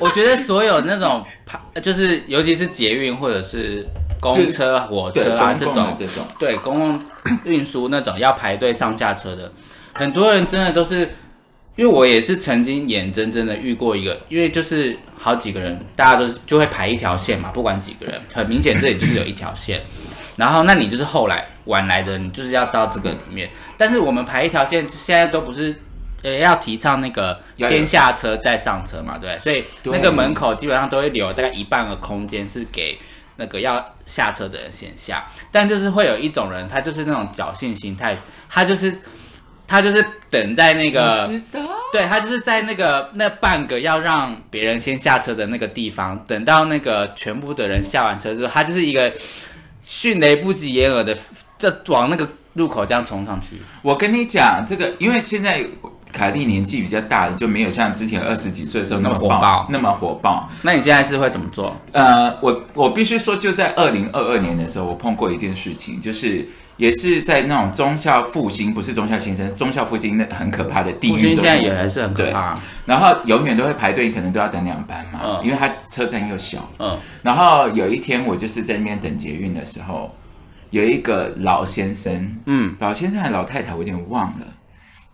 Speaker 1: 我觉得所有那种爬，就是尤其是捷运或者是公车、火车啊这
Speaker 2: 公共的
Speaker 1: 种，
Speaker 2: 这种，
Speaker 1: 对公共运输那种要排队上下车的，很多人真的都是，因为我也是曾经眼睁睁的遇过一个，因为就是好几个人，大家都是就会排一条线嘛，不管几个人，很明显这里就是有一条线，然后那你就是后来晚来的，你就是要到这个里面，但是我们排一条线，现在都不是。呃，要提倡那个
Speaker 2: 要有
Speaker 1: 先下车再上车嘛，对不对，所以那
Speaker 2: 对
Speaker 1: 个门口基本上都会留大概一半的空间是给那个要下车的人先下，但就是会有一种人，他就是那种侥幸心态，他就是他就是等在那个，
Speaker 2: 道。
Speaker 1: 对他就是在那个那半个要让别人先下车的那个地方，等到那个全部的人下完车之后，他就是一个迅雷不及掩耳的，这往那个路口这样冲上去。
Speaker 2: 我跟你讲，这个因为现在凯蒂年纪比较大了，就没有像之前二十几岁的时候那么
Speaker 1: 那么火爆
Speaker 2: 那么火爆。
Speaker 1: 那你现在是会怎么做？
Speaker 2: 呃，我我必须说，就在二零二二年的时候，我碰过一件事情，就是也是在那种中校复兴，不是中校新生，中校复兴那很可怕的地
Speaker 1: 父
Speaker 2: 狱
Speaker 1: 亲
Speaker 2: 中。
Speaker 1: 现在也还是很可
Speaker 2: 对
Speaker 1: 怕、啊，
Speaker 2: 然后永远都会排队，你可能都要等两班嘛，
Speaker 1: 嗯
Speaker 2: 因为它车站又小。
Speaker 1: 嗯
Speaker 2: 然后有一天，我就是在那边等捷运的时候，有一个老先生，
Speaker 1: 嗯，
Speaker 2: 老先生还是老太太，我有点忘了。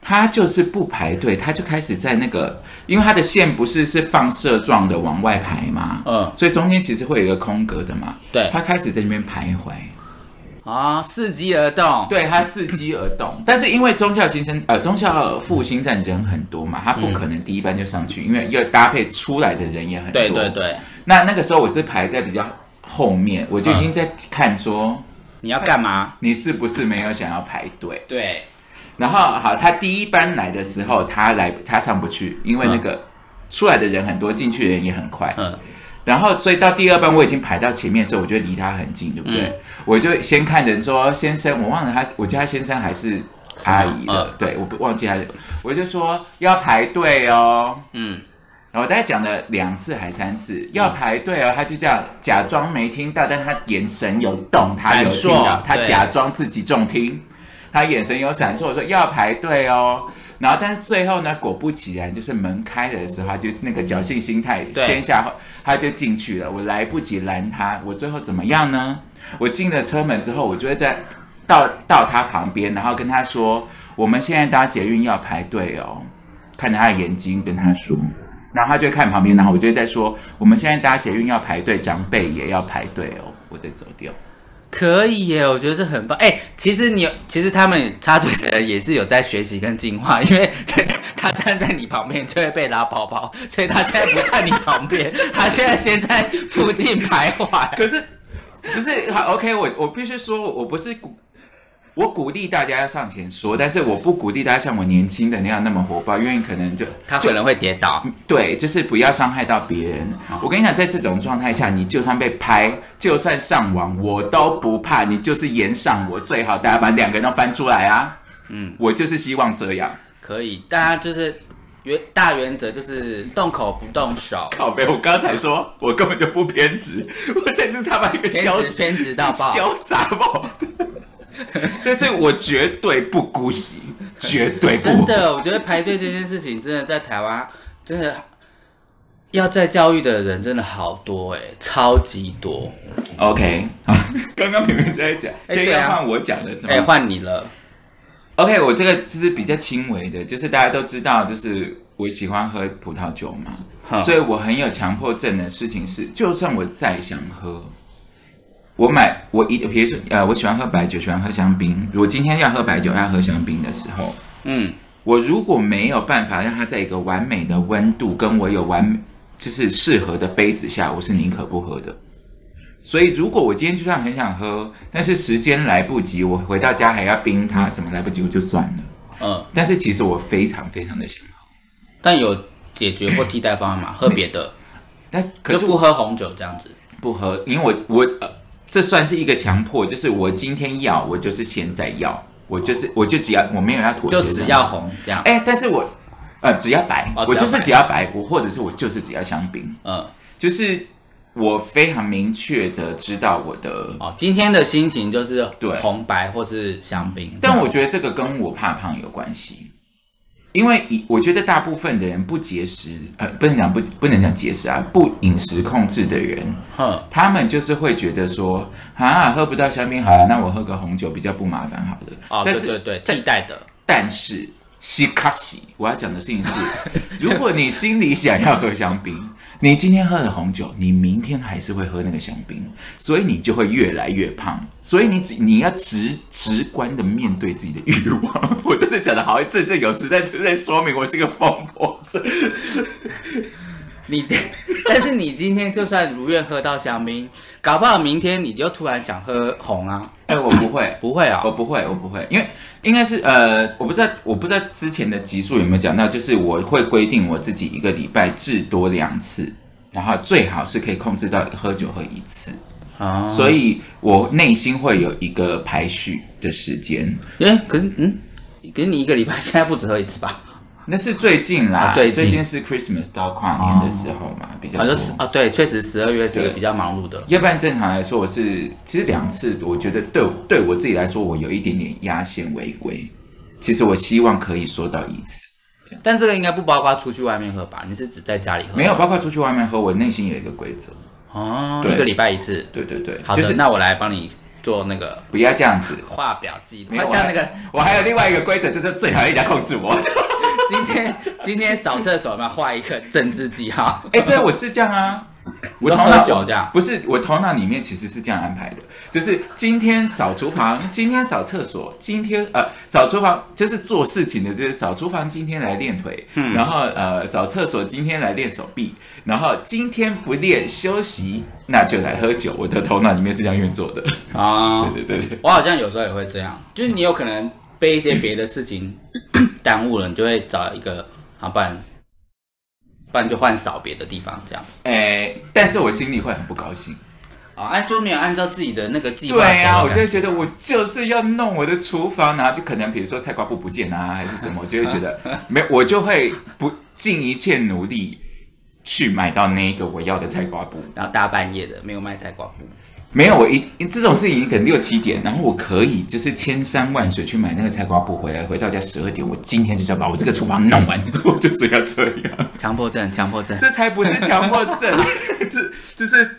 Speaker 2: 他就是不排队，他就开始在那个，因为他的线不是是放射状的往外排嘛，
Speaker 1: 嗯
Speaker 2: 所以中间其实会有一个空格的嘛。
Speaker 1: 对
Speaker 2: 他开始在那边徘 徊，
Speaker 1: 啊，伺机而动，
Speaker 2: 对他伺机而动。但是因为中校新生呃中校复兴站人很多嘛，他不
Speaker 1: 嗯
Speaker 2: 可能第一班就上去，因为要搭配出来的人也很多。
Speaker 1: 对对对，
Speaker 2: 那那个时候我是排在比较后面，我就已经在看说
Speaker 1: 你要干嘛？
Speaker 2: 你是不是没有想要排队。
Speaker 1: 对，
Speaker 2: 然后好，他第一班来的时候，他来他上不去，因为那个出来的人很多，进去的人也很快。
Speaker 1: 嗯
Speaker 2: 然后所以到第二班我已经排到前面的时候，我就离他很近，对不对？
Speaker 1: 嗯
Speaker 2: 我就先看人说先生，我忘了他，我叫他先生还是阿姨了，
Speaker 1: 嗯
Speaker 2: 对，我不忘记他，我就说要排队哦。
Speaker 1: 嗯，
Speaker 2: 然后大概讲了两次还三次，要排队哦，他就这样假装没听到，但他眼神有动，他有听
Speaker 1: 闪
Speaker 2: 到
Speaker 1: 烁，
Speaker 2: 他
Speaker 1: 对
Speaker 2: 假装自己中听。他眼神有闪烁，我说要排队哦。然后，但是最后呢，果不其然，就是门开的时候，他就那个侥幸心态
Speaker 1: 对
Speaker 2: 先下后，他就进去了。我来不及拦他，我最后怎么样呢？我进了车门之后，我就会在到到他旁边，然后跟他说：“我们现在搭捷运要排队哦。”看着他的眼睛跟他说，然后他就看旁边，然后我就在说：“我们现在搭捷运要排队，长辈也要排队哦。”我再走掉。
Speaker 1: 可以耶，我觉得这很棒。哎、其实你有，其实他们插队的人也是有在学习跟进化， 因为他站在你旁边就会被拉包包，所以他现在不在你旁 边，他现在先在附近徘徊。
Speaker 2: 可是不是好 OK？我我必须说，我不是鼓，我鼓励大家要上前说，但是我不鼓励大家像我年轻的那样那么火爆，因为可能就
Speaker 1: 他可能会跌倒，
Speaker 2: 对，就是不要伤害到别人。我跟你讲，在这种状态下，你就算被拍，就算上网，我都不怕。你就是延上我，最好大家把两个人都翻出来啊！嗯，我就是希望这样。
Speaker 1: 可以，大家就是原大原则就是动口不动手，
Speaker 2: 靠背，我刚才说我根本就不偏执，我甚至他妈一个
Speaker 1: 偏
Speaker 2: 消
Speaker 1: 执偏执到爆。
Speaker 2: 小杂 毛，但是我绝对不姑息，绝对不。
Speaker 1: 真的，我觉得排队这件事情，真的在台湾，真的要在教育的人真的好多哎、超级多。
Speaker 2: OK，好， 刚刚明明在讲，
Speaker 1: 哎
Speaker 2: 所以
Speaker 1: 对啊
Speaker 2: 要换我讲的是
Speaker 1: 哎、
Speaker 2: 吗？
Speaker 1: 换你了，
Speaker 2: OK，我这个就是比较轻微的，就是大家都知道，就是我喜欢喝葡萄酒嘛，
Speaker 1: 哼
Speaker 2: 所以我很有强迫症的事情是，就算我再想喝，我买我一比如说呃，我喜欢喝白酒，喜欢喝香槟，我今天要喝白酒要喝香槟的时候，
Speaker 1: 嗯，
Speaker 2: 我如果没有办法让它在一个完美的温度，跟我有完美就是适合的杯子下，我是宁可不喝的。所以，如果我今天就算很想喝，但是时间来不及，我回到家还要冰它，什么来不及我就算了。
Speaker 1: 嗯，
Speaker 2: 但是其实我非常非常的想喝，
Speaker 1: 但有解决或替代方案吗？喝别的，
Speaker 2: 但 可
Speaker 1: 就是不
Speaker 2: 我
Speaker 1: 喝红酒这样子。
Speaker 2: 不喝，因为我我、呃、这算是一个强迫，就是我今天要，我就是现在要，我就是我就只要我没有要妥协
Speaker 1: 就
Speaker 2: 的，
Speaker 1: 只要红这样，
Speaker 2: 哎、但是我呃只要白，
Speaker 1: 哦
Speaker 2: 我
Speaker 1: 只要
Speaker 2: 就是
Speaker 1: 白
Speaker 2: 只要白，我或者是我就是只要香槟，
Speaker 1: 嗯，
Speaker 2: 就是我非常明确的知道我的，
Speaker 1: 哦，今天的心情就是
Speaker 2: 对
Speaker 1: 红白或是香槟，
Speaker 2: 但我觉得这个跟我怕胖有关系。因为以我觉得大部分的人不节食，呃，不能讲不不能讲节食啊，不饮食控制的人，
Speaker 1: 哼，
Speaker 2: 他们就是会觉得说，啊，喝不到香槟好了，那我喝个红酒比较不麻烦好了。
Speaker 1: 哦，
Speaker 2: 但
Speaker 1: 对
Speaker 2: 是
Speaker 1: 对对，替代的，
Speaker 2: 但是西卡西，我要讲的事情是， 如果你心里想要喝香槟，你今天喝了红酒，你明天还是会喝那个香槟，所以你就会越来越胖。所以你只你要直直观的面对自己的欲望。 我真的讲的好像振振有词，但是在说明我是个疯婆子。
Speaker 1: 你， 但是你今天就算如愿喝到香槟，搞不好明天你就突然想喝红啊？
Speaker 2: 哎，我不会，
Speaker 1: 不会啊、
Speaker 2: 我哦不会，我不会，因为应该是呃，我不知道，我不知道之前的集数有没有讲到，就是我会规定我自己一个礼拜至多两次，然后最好是可以控制到喝酒喝一次，
Speaker 1: 啊，
Speaker 2: 所以我内心会有一个排序的时间，
Speaker 1: 哎、可是嗯，可是你一个礼拜现在不止喝一次吧？
Speaker 2: 那是最近啦，
Speaker 1: 啊最近
Speaker 2: 是 Christmas 到跨年的时候嘛，比较
Speaker 1: 啊，就
Speaker 2: 多。
Speaker 1: 是啊，对，确实十二月是一个
Speaker 2: 对
Speaker 1: 比较忙碌的，
Speaker 2: 要不然正常来说，我是其实两次，我觉得对对我自己来说，我有一点点压线违规。其实我希望可以说到一次。
Speaker 1: 但这个应该不包括出去外面喝吧？你是只在家里喝？
Speaker 2: 没有，包括出去外面喝，我内心有一个规则。
Speaker 1: 哦，
Speaker 2: 对
Speaker 1: 一个礼拜一次。
Speaker 2: 对对对，
Speaker 1: 好的，
Speaker 2: 就是
Speaker 1: 那我来帮你做那个
Speaker 2: 不要这样子。
Speaker 1: 画表记录，
Speaker 2: 没有啊
Speaker 1: 像那个
Speaker 2: 我还，我还有另外一个规则，就是最好人家控制 我。
Speaker 1: 今天 今天扫厕所嘛，画一个政治记 号。
Speaker 2: 哎、对，我是这样啊。我
Speaker 1: 都
Speaker 2: 头
Speaker 1: 喝
Speaker 2: 脑
Speaker 1: 酒这样
Speaker 2: 不是我头脑里面其实是这样安排的，就是今天扫厨房， 今天扫厕所，今天呃扫厨房就是做事情的，就是扫厨房今天来练腿，
Speaker 1: 嗯
Speaker 2: 然后呃扫厕所今天来练手臂，然后今天不练休息，那就来喝酒。我的头脑里面是这样运作的。
Speaker 1: 啊、
Speaker 2: 对对对对，
Speaker 1: 我好像有时候也会这样，就是你有可能被一些别的事情 耽误了，你就会找一个，好，不然不然就换扫别的地方这样。
Speaker 2: 哎、但是我心里会很不高兴。
Speaker 1: 啊，哎，就没有按照自己的那个计划走的感
Speaker 2: 对
Speaker 1: 觉。
Speaker 2: 呀、啊，我就会觉得我就是要弄我的厨房，然后就可能比如说菜瓜布不见啊，还是什么，我就会觉得没有，我就会不尽一切努力去买到那一个我要的菜瓜布。
Speaker 1: 然后大半夜的没有卖菜瓜布，
Speaker 2: 没有，我一这种事情可能六七点，然后我可以就是千山万水去买那个菜瓜布回来，回到家十二点，我今天就是要把我这个厨房弄完， 我就是要这样。
Speaker 1: 强迫症，强迫症。
Speaker 2: 这才不是强迫 症，这这是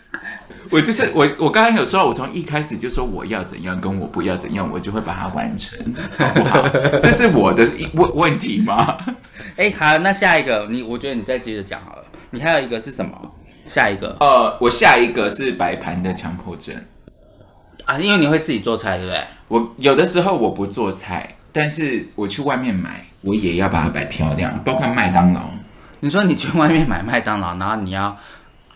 Speaker 2: 我就是我我刚刚有说，我从一开始就说我要怎样跟我不要怎样，我就会把它完成，好不好？这是我的一问问题吗？
Speaker 1: 哎，好，那下一个你，我觉得你再接着讲好了。你还有一个是什么？下一个
Speaker 2: 呃，我下一个是摆盘的强迫症。
Speaker 1: 啊，因为你会自己做菜，对不对？
Speaker 2: 我有的时候我不做菜，但是我去外面买，我也要把它摆漂亮，包括麦当劳。
Speaker 1: 你说你去外面买麦当劳，然后你要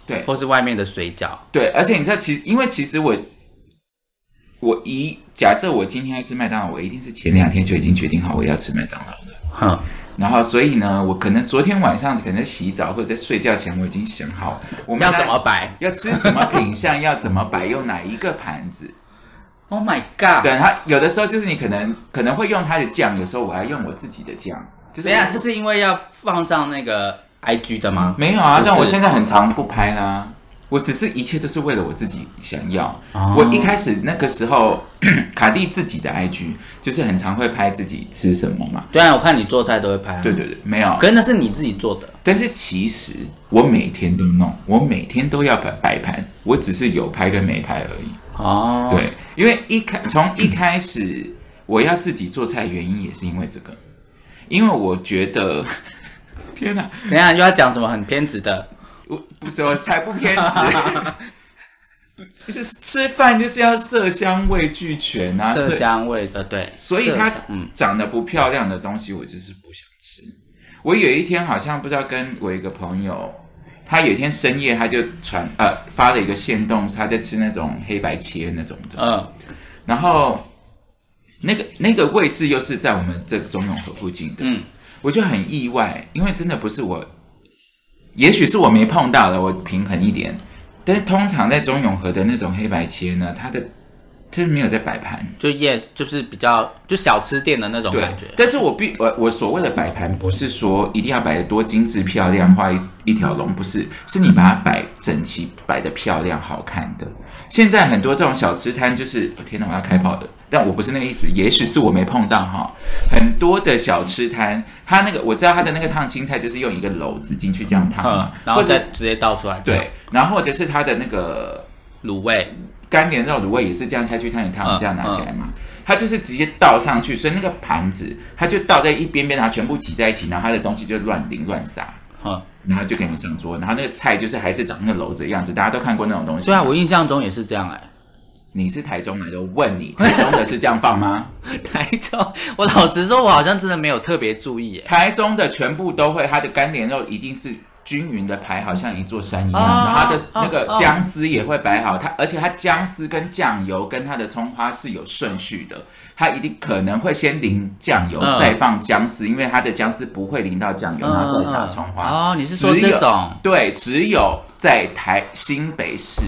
Speaker 2: 对
Speaker 1: 或是外面的水饺，
Speaker 2: 对，而且你知道，其实因为其实我我一假设我今天要吃麦当劳，我一定是前两天就已经决定好我要吃麦当劳了。
Speaker 1: 哼，
Speaker 2: 然后，所以呢，我可能昨天晚上可能洗澡或者在睡觉前，我已经想好我们
Speaker 1: 要
Speaker 2: 来
Speaker 1: 怎么摆
Speaker 2: 要吃什么品相，要怎么摆，用哪一个盘子。
Speaker 1: ？Oh my god！
Speaker 2: 对，它有的时候就是你可能可能会用它的酱，有时候我还用我自己的酱。就是
Speaker 1: 等一下，啊这是因为要放上那个 IG 的吗？
Speaker 2: 没有啊
Speaker 1: 不，是
Speaker 2: 但我现在很常不拍啦、我只是一切都是为了我自己想要。
Speaker 1: 哦
Speaker 2: 我一开始那个时候， 卡蒂自己的 IG 就是很常会拍自己吃什么嘛。
Speaker 1: 对啊，我看你做菜都会拍、啊。
Speaker 2: 对。对对，没有。
Speaker 1: 可是那是你自己做的，
Speaker 2: 但是其实我每天都弄，我每天都要摆摆盘，我只是有拍跟没拍而已。
Speaker 1: 哦，，
Speaker 2: 对，因为一开从一开始我要自己做菜，原因也是因为这个，因为我觉得， 天哪、
Speaker 1: 等一下又要讲什么很偏执的？
Speaker 2: 我不是我才不偏执，就是吃饭就是要色香味俱全啊，
Speaker 1: 色
Speaker 2: 所以
Speaker 1: 香味的，对，
Speaker 2: 所以它
Speaker 1: 色香嗯，
Speaker 2: 长得不漂亮的东西，我就是不想吃。我有一天好像不知道跟我一个朋友，他有一天深夜他就传呃发了一个线动，他在吃那种黑白切那种的，
Speaker 1: 嗯，
Speaker 2: 然后那个那个位置又是在我们这个中永和附近的，
Speaker 1: 嗯，
Speaker 2: 我就很意外，因为真的不是我，也许是我没碰到的，我平衡一点。但是通常在中永和的那种黑白切呢，它的它没有在摆盘，
Speaker 1: 就夜就是比较就小吃店的那种
Speaker 2: 对
Speaker 1: 感觉，。
Speaker 2: 但是我必我我所谓的摆盘，不是说一定要摆得多精致漂亮，画一一条龙，不是，是你把它摆整齐，摆得漂亮好看的。现在很多这种小吃摊，就是哦天哪，我要开跑了。但我不是那个意思，也许是我没碰到哈。很多的小吃摊，它那个我知道它的那个烫青菜就是用一个篓子进去这样烫
Speaker 1: 嗯
Speaker 2: 嘛，，
Speaker 1: 然后
Speaker 2: 或者
Speaker 1: 再直接倒出来。
Speaker 2: 对，然后或者是它的那个
Speaker 1: 卤味，
Speaker 2: 干莲肉卤味也是这样下去烫一烫，
Speaker 1: 嗯
Speaker 2: 这样拿起来嘛。它就是直接倒上去，所以那个盘子它就倒在一边边，然后全部挤在一起，然后它的东西就乱淋乱撒，
Speaker 1: 嗯，
Speaker 2: 然后就给你们上桌。然后那个菜就是还是长那个篓子的样子，大家都看过那种东西。
Speaker 1: 对啊，我印象中也是这样哎、
Speaker 2: 你是台中来的，我问你，台中的是这样放吗？
Speaker 1: 台中，我老实说，我好像真的没有特别注意哎、
Speaker 2: 台中的全部都会，它的干莲肉一定是。均匀的排好像一座山一样，
Speaker 1: 哦
Speaker 2: 然后它的那个
Speaker 1: 哦哦
Speaker 2: 姜丝也会摆好，它而且它姜丝跟酱油跟它的葱花是有顺序的，它一定可能会先淋酱油，
Speaker 1: 嗯
Speaker 2: 再放姜丝，因为它的姜丝不会淋到酱油，然后再撒葱花。
Speaker 1: 哦，你是说
Speaker 2: 只有
Speaker 1: 这种？
Speaker 2: 对，只有在台新北市，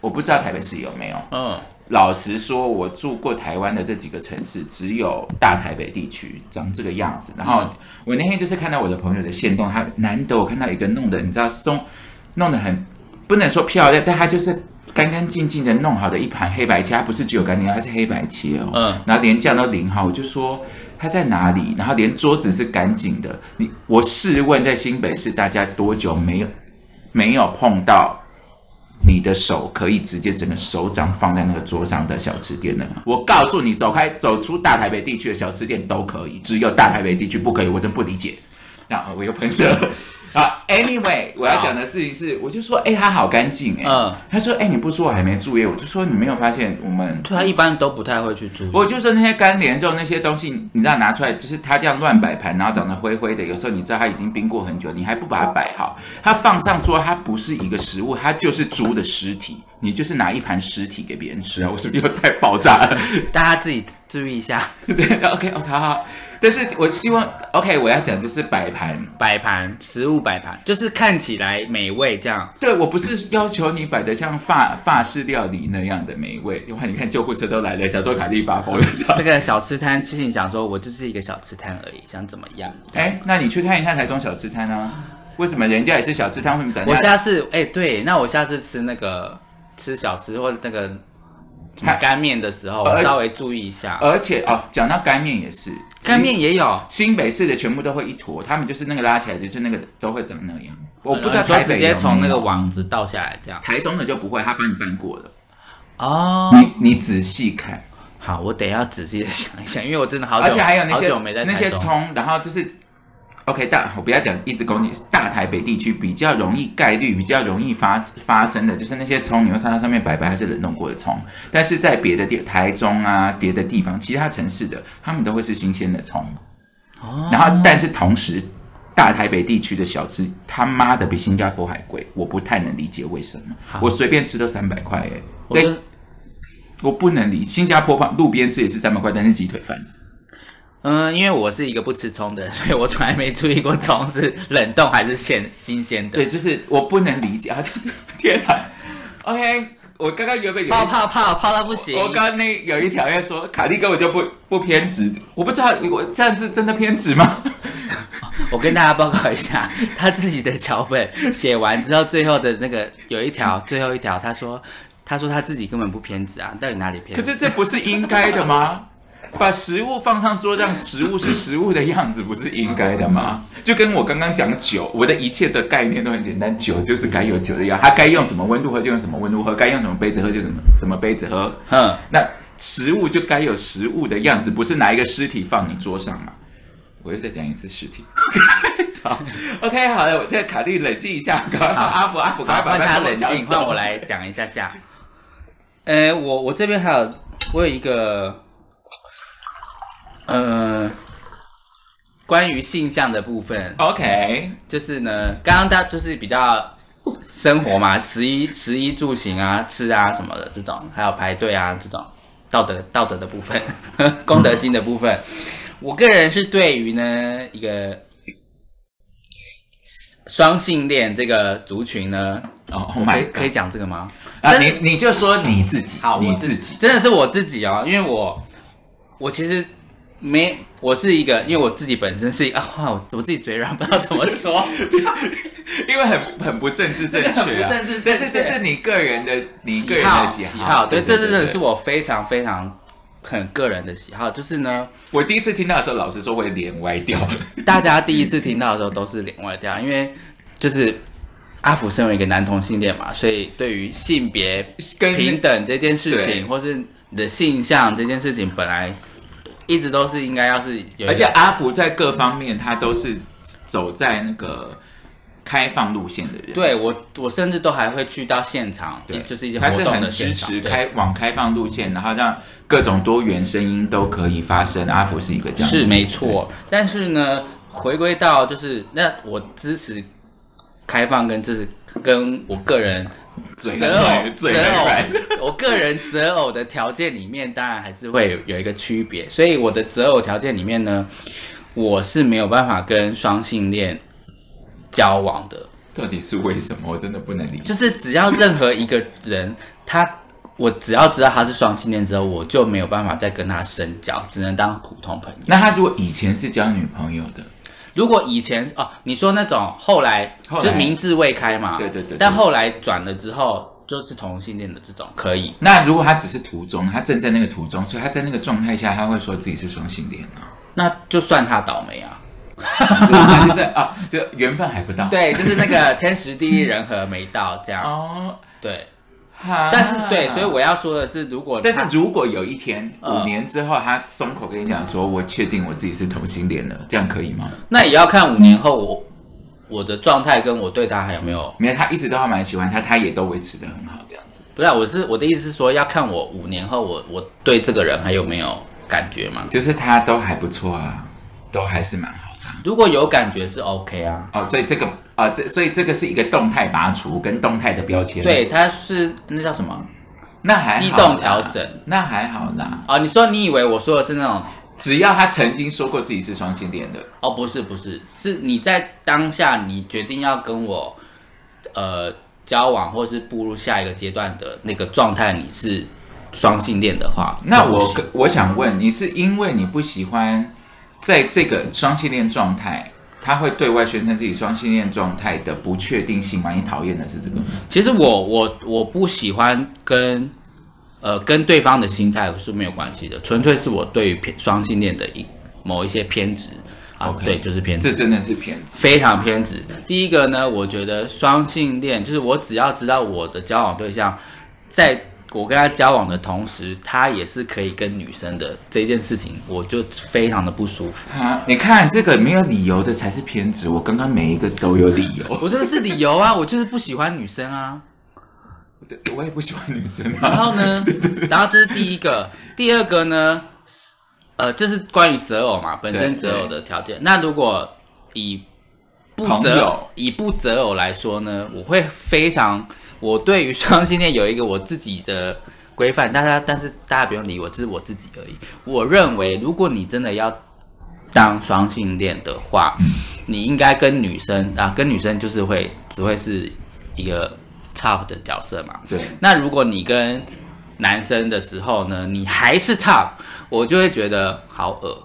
Speaker 2: 我不知道台北市有没有。
Speaker 1: 嗯，
Speaker 2: 老实说，我住过台湾的这几个城市，只有大台北地区长这个样子。然后
Speaker 1: 嗯
Speaker 2: 我那天就是看到我的朋友的线动，他难得我看到一个弄的，你知道松，弄得很不能说漂亮，但他就是干干净净的弄好的一盘黑白切，它不是只有干净，它是黑白切哦。
Speaker 1: 嗯，
Speaker 2: 然后连酱都淋好，我就说他在哪里，然后连桌子是干净的。你我试问，在新北市大家多久没有没有碰到你的手可以直接整个手掌放在那个桌上的小吃店呢？我告诉你，走开，走出大台北地区的小吃店都可以，只有大台北地区不可以，我真不理解。那呃我又喷射 了。啊，anyway，我要讲的事情是，我就说，哎、它好干净、哎，
Speaker 1: 嗯
Speaker 2: 他说，哎、你不说我还没注意，我就说你没有发现我们
Speaker 1: 对啊，一般都不太会去注意。
Speaker 2: 我就说那些干莲肉那些东西，你知道拿出来，就是它这样乱摆盘，然后长得灰灰的。有时候你知道它已经冰过很久，你还不把它摆好，它放上桌，它不是一个食物，它就是猪的尸体。你就是拿一盘尸体给别人吃啊！我是不 是又太爆炸了？
Speaker 1: 大家自己注意一下，
Speaker 2: 对，OK，OK，、好好。但是我希望，OK，我要讲就是摆盘。
Speaker 1: 摆盘食物摆盘，就是看起来美味这样。
Speaker 2: 对我不是要求你摆的像法法式料理那样的美味。哇，你看救护车都来了，小时候卡蒂发疯，你知道
Speaker 1: 那个小吃摊，其实你想说，我就是一个小吃摊而已，想怎么样？
Speaker 2: 哎，那你去看一下台中小吃摊啊。为什么人家也
Speaker 1: 哎
Speaker 2: 是小吃摊，为什么咱家
Speaker 1: 我下次哎、对，那我下次吃那个吃小吃或者那个
Speaker 2: 看
Speaker 1: 干面的时候
Speaker 2: 呃
Speaker 1: 稍微注意一下，
Speaker 2: 而且哦，讲到干面也是，
Speaker 1: 干面也有。
Speaker 2: 新北市的全部都会一坨，他们就是那个拉起来，就是那个都会长那样。我不知道
Speaker 1: 呃你说
Speaker 2: 台
Speaker 1: 直
Speaker 2: 北
Speaker 1: 接从那个
Speaker 2: 网，
Speaker 1: 网子倒下来这样。
Speaker 2: 台中的就不会，他帮你办过了。嗯
Speaker 1: 哦，
Speaker 2: 你你仔细看，
Speaker 1: 好，我得要仔细的想一想，因为我真的好久，
Speaker 2: 而且还有那
Speaker 1: 好
Speaker 2: 些
Speaker 1: 久没在台
Speaker 2: 那些
Speaker 1: 中
Speaker 2: 葱，然后就是，OK，大我不要讲一直攻击大台北地区比较容易概率比较容易发发生的，就是那些葱你会看到上面白白它是冷冻过的葱，但是在别的地台中啊别的地方其他城市的他们都会是新鲜的葱，
Speaker 1: 哦
Speaker 2: 然后但是同时。大台北地区的小吃他妈的比新加坡还贵，我不太能理解为什么。我随便吃都三百块哎，
Speaker 1: 我
Speaker 2: 在
Speaker 1: 真
Speaker 2: 我不能理新加坡旁路边吃也是三百块，但是鸡腿饭
Speaker 1: 嗯，因为我是一个不吃葱的人，所以我从来没注意过葱是冷冻还是现新鲜的。
Speaker 2: 对，就是我不能理解啊！ 就天哪，OK，我刚刚原本有一
Speaker 1: 泡泡泡泡到不行，
Speaker 2: 我刚刚那有一条要说卡莉根本就不不偏执，我不知道我这样是真的偏执吗？
Speaker 1: 我跟大家报告一下， 他自己的脚本写完之后，最后的那个有一条，最后一条，他说，他说他自己根本不偏执啊，到底哪里偏
Speaker 2: 可
Speaker 1: 执？
Speaker 2: 是这不是应该的 吗？把食物放上桌，让食物是食物的样子，不是应该的吗？就跟我刚刚讲酒，我的一切的概念都很简单，酒就是该有酒的样，它该用什么温度喝就用什么温度喝，该用什么杯子喝就什么什么杯子 喝。
Speaker 1: 哼，
Speaker 2: 那食物就该有食物的样子，不是拿一个尸体放你桌上嘛？我又再讲一次尸体。 好，OK，好了，我这卡蒂冷静一下，赶快阿福阿福，赶快
Speaker 1: 好，
Speaker 2: 把
Speaker 1: 换
Speaker 2: 麦
Speaker 1: 他
Speaker 2: 克
Speaker 1: 冷
Speaker 2: 风抢
Speaker 1: 静，
Speaker 2: 走
Speaker 1: 换我。来讲一下下。呃，我我这边还有，我有一个，呃，关于性向的部分，
Speaker 2: OK，
Speaker 1: 就是呢，刚刚大就是比较生活嘛，食衣食衣住行啊，吃啊什么的这种，还有排队啊这种道德道德的部分， 公德心的部分，我个人是对于呢一个双性恋这个族群呢，
Speaker 2: 哦、oh
Speaker 1: 我可以
Speaker 2: my
Speaker 1: 可以
Speaker 2: god，
Speaker 1: 讲这个吗？
Speaker 2: 啊，
Speaker 1: 但
Speaker 2: 你
Speaker 1: 是
Speaker 2: 你就说你自己，
Speaker 1: 好，
Speaker 2: 你
Speaker 1: 我
Speaker 2: 自己，
Speaker 1: 真的是我自己哦，因为我我其实没我是一个，因为我自己本身是一个啊，哇我我自己嘴软，不知道怎么 说。
Speaker 2: 因为很 很不政治正确、啊，
Speaker 1: 这个很不政治正确
Speaker 2: 但是这是你个人的，你个人
Speaker 1: 好
Speaker 2: 的
Speaker 1: 喜
Speaker 2: 好，
Speaker 1: 对，这真的是
Speaker 2: 我。
Speaker 1: 我非常非常很个人的喜好。就是呢，
Speaker 2: 我第一次听到的时候，老实说，我也脸歪掉了。
Speaker 1: 大家第一次听到的时候都是脸歪掉，因为就是阿福身为一个男同性恋嘛，所以对于性别
Speaker 2: 跟
Speaker 1: 平等这件事
Speaker 2: 对
Speaker 1: 情，或是你的性向这件事情，本来一直都是应该要是有一个，
Speaker 2: 而且阿福在各方面，他都是走在那个开放路线的人。
Speaker 1: 对我我甚至都还会去到现场，
Speaker 2: 对，
Speaker 1: 就是一些
Speaker 2: 他
Speaker 1: 活
Speaker 2: 是
Speaker 1: 动
Speaker 2: 很
Speaker 1: 的
Speaker 2: 支
Speaker 1: 现场
Speaker 2: 持。
Speaker 1: 对
Speaker 2: 开往开放路线，然后让各种多元声音都可以发声。阿福是一个这样的
Speaker 1: 是
Speaker 2: 人
Speaker 1: 没，错，但是呢，回归到就是那我支持开放跟支持跟我个人
Speaker 2: 嘴 很
Speaker 1: 择偶
Speaker 2: 软，嘴很软。
Speaker 1: 择偶，我个人择偶的条件里面，当然还是会有一个区别，所以我的择偶条件里面呢，我是没有办法跟双性恋交往的，
Speaker 2: 到底是为什么？我真的不能理解。
Speaker 1: 就是只要任何一个人，他我只要知道他是双性恋之后，我就没有办法再跟他深交，只能当普通朋友。
Speaker 2: 那他如果以前是交女朋友的，
Speaker 1: 如果以前哦，你说那种后来
Speaker 2: 后来
Speaker 1: 就明智未开嘛，
Speaker 2: 对对对对
Speaker 1: 但后来转了之后就是同性恋的这种可以，
Speaker 2: 那如果他只是途中，他正在那个途中，所以他在那个状态下，他会说自己是双性恋啊，
Speaker 1: 那就算他倒霉啊。
Speaker 2: 他就是啊，就缘分还不到。
Speaker 1: 对，就是那个天时地利人和没到这样，
Speaker 2: 哦，
Speaker 1: 对。
Speaker 2: 哈
Speaker 1: 但是对，所以我要说的是，如果他
Speaker 2: 但是如果有一天
Speaker 1: 嗯
Speaker 2: 五年之后，他松口跟你讲说，我确定我自己是同性恋了，这样可以吗？
Speaker 1: 那也要看五年后我我的状态跟我对他还有没有，
Speaker 2: 没有，他一直都还蛮喜欢他，他也都维持的很好，这样子。
Speaker 1: 不是啊、我是我的意思是说，要看我五年后我我对这个人还有没有感觉嘛？
Speaker 2: 就是他都还不错啊，都还是蛮好的。
Speaker 1: 如果有感觉是 OK 啊，
Speaker 2: 哦，所以这个啊、这所以这个是一个动态拔除跟动态的标签。
Speaker 1: 对，，他是那叫什么？
Speaker 2: 那还好啦
Speaker 1: 机动调整，
Speaker 2: 那还好啦。
Speaker 1: 哦，你说你以为我说的是那种？
Speaker 2: 只要他曾经说过自己是双性恋的，
Speaker 1: 哦，不是不是，是你在当下你决定要跟我呃交往，或是步入下一个阶段的那个状态，你是双性恋的话，
Speaker 2: 那
Speaker 1: 都不
Speaker 2: 我
Speaker 1: 行
Speaker 2: 我想问，你是因为你不喜欢在这个双性恋状态，他会对外宣称自己双性恋状态的不
Speaker 1: 嗯
Speaker 2: 确定性吗？你讨厌的是这个吗？
Speaker 1: 其实我我我不喜欢跟呃，跟对方的心态是没有关系的，纯粹是我对于偏双性恋的一某一些偏执啊
Speaker 2: OK
Speaker 1: 对，就是偏执
Speaker 2: 这，真的是偏执。
Speaker 1: 非常偏执。第一个呢，我觉得双性恋就是我只要知道我的交往对象，在我跟他交往的同时，他也是可以跟女生的这件事情，我就非常的不舒服。
Speaker 2: 啊，你看这个没有理由的才是偏执，我刚刚每一个都有理由，
Speaker 1: 我这个是理由啊，我就是不喜欢女生啊。
Speaker 2: 我也不喜欢女生
Speaker 1: 然
Speaker 2: 啊。
Speaker 1: 后呢，然后这是第一个，第二个呢，呃，这是关于择偶嘛，本身
Speaker 2: 对
Speaker 1: 择偶的条件。那如果以不
Speaker 2: 朋
Speaker 1: 择
Speaker 2: 友
Speaker 1: 以不择偶来说呢，我会非常，我对于双性恋有一个我自己的规范，大家但是大家不用理我，这是我自己而已。我认为，如果你真的要当双性恋的话，
Speaker 2: 嗯
Speaker 1: 你应该跟女生啊，跟女生就是会只会是一个 top 的角色嘛。
Speaker 2: 对
Speaker 1: 那如果你跟男生的时候呢，你还是 top，我就会觉得好恶，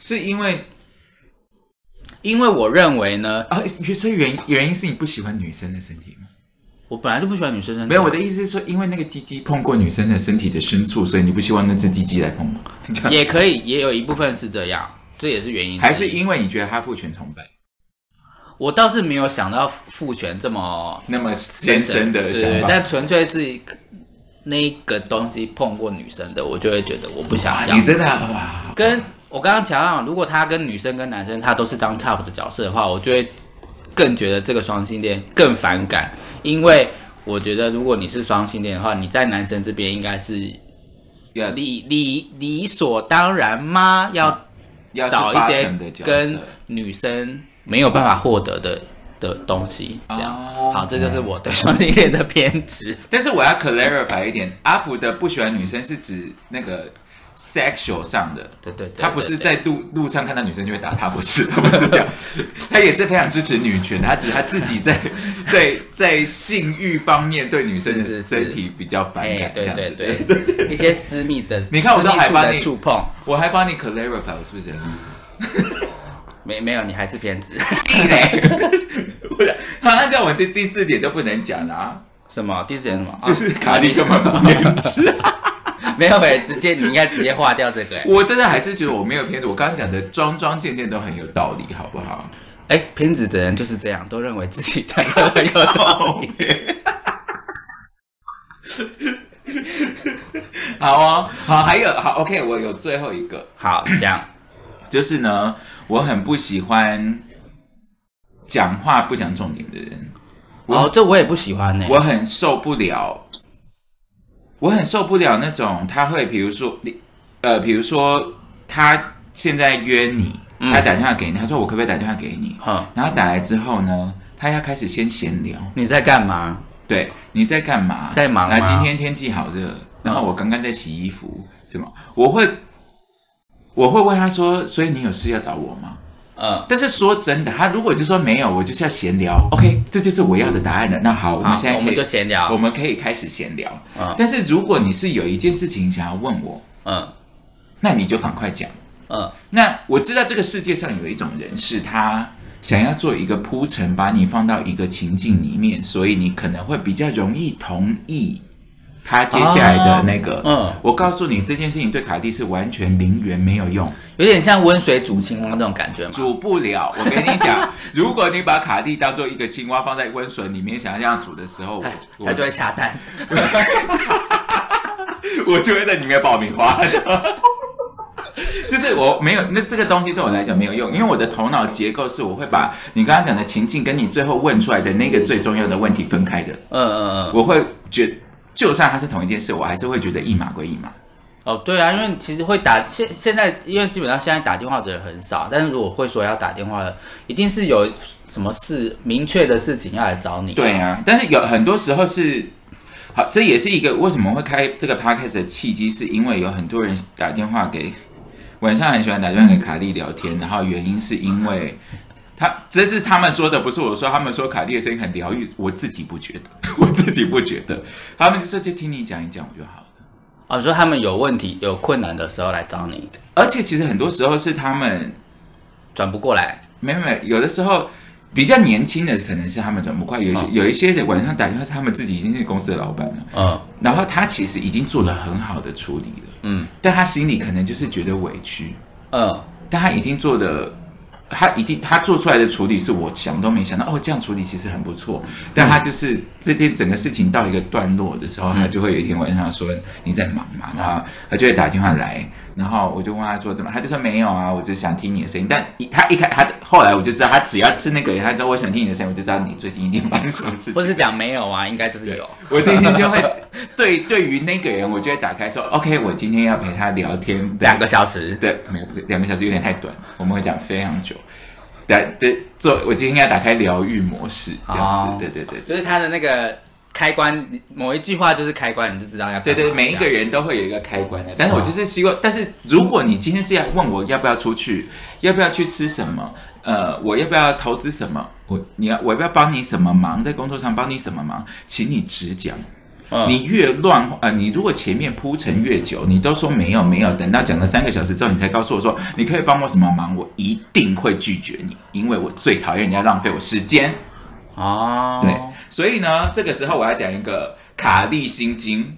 Speaker 2: 是因为
Speaker 1: 因为我认为呢，
Speaker 2: 啊，所以原原因是你不喜欢女生的身体吗？
Speaker 1: 我本来就不喜欢女生身
Speaker 2: 没有，我的意思是说，因为那个鸡鸡碰过女生的身体的深处，所以你不希望那只鸡鸡来碰 吗？这样
Speaker 1: 也可以，也有一部分是这样，这也是原因之一。
Speaker 2: 还是因为你觉得他父权崇拜
Speaker 1: 我倒是没有想到父权这么
Speaker 2: 那么先生的
Speaker 1: 对对
Speaker 2: 想
Speaker 1: 对，
Speaker 2: 法？
Speaker 1: 但纯粹是那个东西碰过女生的，我就会觉得我不想要。
Speaker 2: 啊你真的哇，
Speaker 1: 跟我刚刚讲到，如果他跟女生跟男生他都是当 top 的角色的话，我就会更觉得这个双性恋更反感，因为我觉得如果你是双性恋的话，你在男生这边应该是呃
Speaker 2: 要
Speaker 1: 理理理所当然吗？要
Speaker 2: 要是
Speaker 1: 找一
Speaker 2: bottom 的
Speaker 1: 些
Speaker 2: 角色
Speaker 1: 跟女生没有办法获得的的东西，这样
Speaker 2: 哦
Speaker 1: 好，这就是我对双性恋的偏执。
Speaker 2: 但是我要 clarify 一点，阿福的不喜欢女生是指那个 sexual 上的，
Speaker 1: 对对对
Speaker 2: 他不是
Speaker 1: 对对
Speaker 2: 在路路上看到女生就会打他，不是，他不是 这样，他也是非常支持女权的，他只是他自己在在在性欲方面对女生
Speaker 1: 是是
Speaker 2: 的
Speaker 1: 是
Speaker 2: 身体比较 反
Speaker 1: 哎
Speaker 2: 感，，这
Speaker 1: 对
Speaker 2: 样子
Speaker 1: 对 对，一些私密的，
Speaker 2: 你看我都还
Speaker 1: 私密处
Speaker 2: 帮
Speaker 1: 的
Speaker 2: 你
Speaker 1: 触碰，
Speaker 2: 我还帮你 clarify，我是不 是人
Speaker 1: 没没有，你还是偏执。
Speaker 2: 地雷？不然他按照我的第四点都不能讲了啊，
Speaker 1: 什么？第四点什么？
Speaker 2: 就是卡蒂根本不偏执。
Speaker 1: 啊 没有哎、直接你应该直接划掉这个哎、
Speaker 2: 我真的还是觉得我没有偏执，我刚刚讲的桩桩件件都很有道理，好不好？
Speaker 1: 哎、偏执的人就是这样，都认为自己太有
Speaker 2: 哦
Speaker 1: 道 理。
Speaker 2: 好哦，好，还有好，OK，我有最后一个，
Speaker 1: 好，这样
Speaker 2: 就是呢，我很不喜欢讲话不讲重点的人，
Speaker 1: 哦，这我也不喜欢呢、
Speaker 2: 我很受不了，我很受不了那种他会，比如说你，呃，比如说他现在约你，
Speaker 1: 嗯
Speaker 2: 他打电话给你，他说我可不可以打电话给你？
Speaker 1: 哼，
Speaker 2: 然后打来之后呢，他要开始先闲聊，
Speaker 1: 你在干嘛？
Speaker 2: 对，你在干嘛？
Speaker 1: 在忙吗
Speaker 2: 那今天天气好热，然后我刚刚在洗衣服，什么？我会，我会问他说，所以你有事要找我吗？
Speaker 1: 嗯，
Speaker 2: 但是说真的，他如果就说没有，我就是要闲聊。OK，这就是我要的答案了。那好，我们
Speaker 1: 好
Speaker 2: 现在，
Speaker 1: 我
Speaker 2: 可以
Speaker 1: 们就闲聊
Speaker 2: 我。们可以开始闲聊。
Speaker 1: 嗯
Speaker 2: 但是如果你是有一件事情想要问我，
Speaker 1: 嗯
Speaker 2: 那你就赶快讲。
Speaker 1: 嗯，
Speaker 2: 那我知道这个世界上有一种人是他想要做一个铺陈，把你放到一个情境里面，所以你可能会比较容易同意他接下来的那个。
Speaker 1: 哦嗯
Speaker 2: 我告诉你，这件事情对卡蒂是完全零元没有 用，
Speaker 1: 有点像温水煮青蛙那种感觉嘛。
Speaker 2: 煮不了。我跟你讲，如果你把卡蒂当做一个青蛙放在温水里面，想要这样煮的时候，我
Speaker 1: 它
Speaker 2: 我
Speaker 1: 哎就会下 蛋。嗯
Speaker 2: 我就会在里面爆米花。就是我没有那这个东西对我来讲没有用，因为我的头脑结构是我会把你刚刚讲的情境跟你最后问出来的那个最重要的问题分开的。
Speaker 1: 嗯嗯嗯。
Speaker 2: 我会觉，就算它是同一件事，我还是会觉得一码归一码。
Speaker 1: 哦，对啊，因为其实会打现现在，因为基本上现在打电话的人很少，但是如果会说要打电话的，一定是有什么事明确的事情要来找你。
Speaker 2: 对啊，但是有很多时候是，好，这也是一个为什么会开这个 podcast 的契机，是因为有很多人打电话给晚上很喜欢打电话给卡莉聊天，然后原因是因为他这是他们说的，不是我说，他们说卡莉的声音很疗愈，我自己不觉得， 我自己不觉得，他们就说就听你讲一讲我就好了。
Speaker 1: 哦，你说他们有问题、有困难的时候来找你，
Speaker 2: 而且其实很多时候是他们
Speaker 1: 转不过来。
Speaker 2: 没有没有，有的时候比较年轻的可能是他们转不快，有一些、有一些的晚上打电话，他们自己已经是公司的老板了，
Speaker 1: 嗯
Speaker 2: 然后他其实已经做了很好的处理了，
Speaker 1: 嗯
Speaker 2: 但他心里可能就是觉得委屈，
Speaker 1: 嗯
Speaker 2: 但他已经做的，他一定他做出来的处理是我想都没想到，哦，这样处理其实很不错。但他就是这件整个事情到一个段落的时候，他就会有一天晚上说你在忙嘛，然后他就会打电话来，然后我就问他说怎么，他就说没有啊，我只是想听你的声音。但一他一开他后来我就知道，他只要是那个人，他说我想听你的声音，我就知道你最近一定发生什么事情。
Speaker 1: 不是讲没有啊，应该就是有。
Speaker 2: 我那天就会 对对于那个人，我就会打开说，OK，我今天要陪他聊天
Speaker 1: 两个小时，
Speaker 2: 对，没有两个小时有点太短，我们会讲非常久。但对做，我今天应该打开疗愈模式这样子。
Speaker 1: 哦
Speaker 2: 对对对对
Speaker 1: 就是他的那个开关，某一句话就是开关，你就知道要干嘛
Speaker 2: 对对，每一个
Speaker 1: 这样嗯
Speaker 2: 人都会有一个开关的。但是我就是希望，但是如果你今天是要问我要不要出去，要不要去吃什么，呃，我要不要投资什么，我你要我要不要帮你什么忙，在工作上帮你什么忙，请你直讲。
Speaker 1: 嗯
Speaker 2: 你越乱呃，你如果前面铺陈越久，你都说没有没有，等到讲了三个小时之后，你才告诉我说你可以帮我什么忙，我一定会拒绝你，因为我最讨厌人家浪费我时间。
Speaker 1: 哦，
Speaker 2: 对，所以呢，这个时候我要讲一个卡利心经。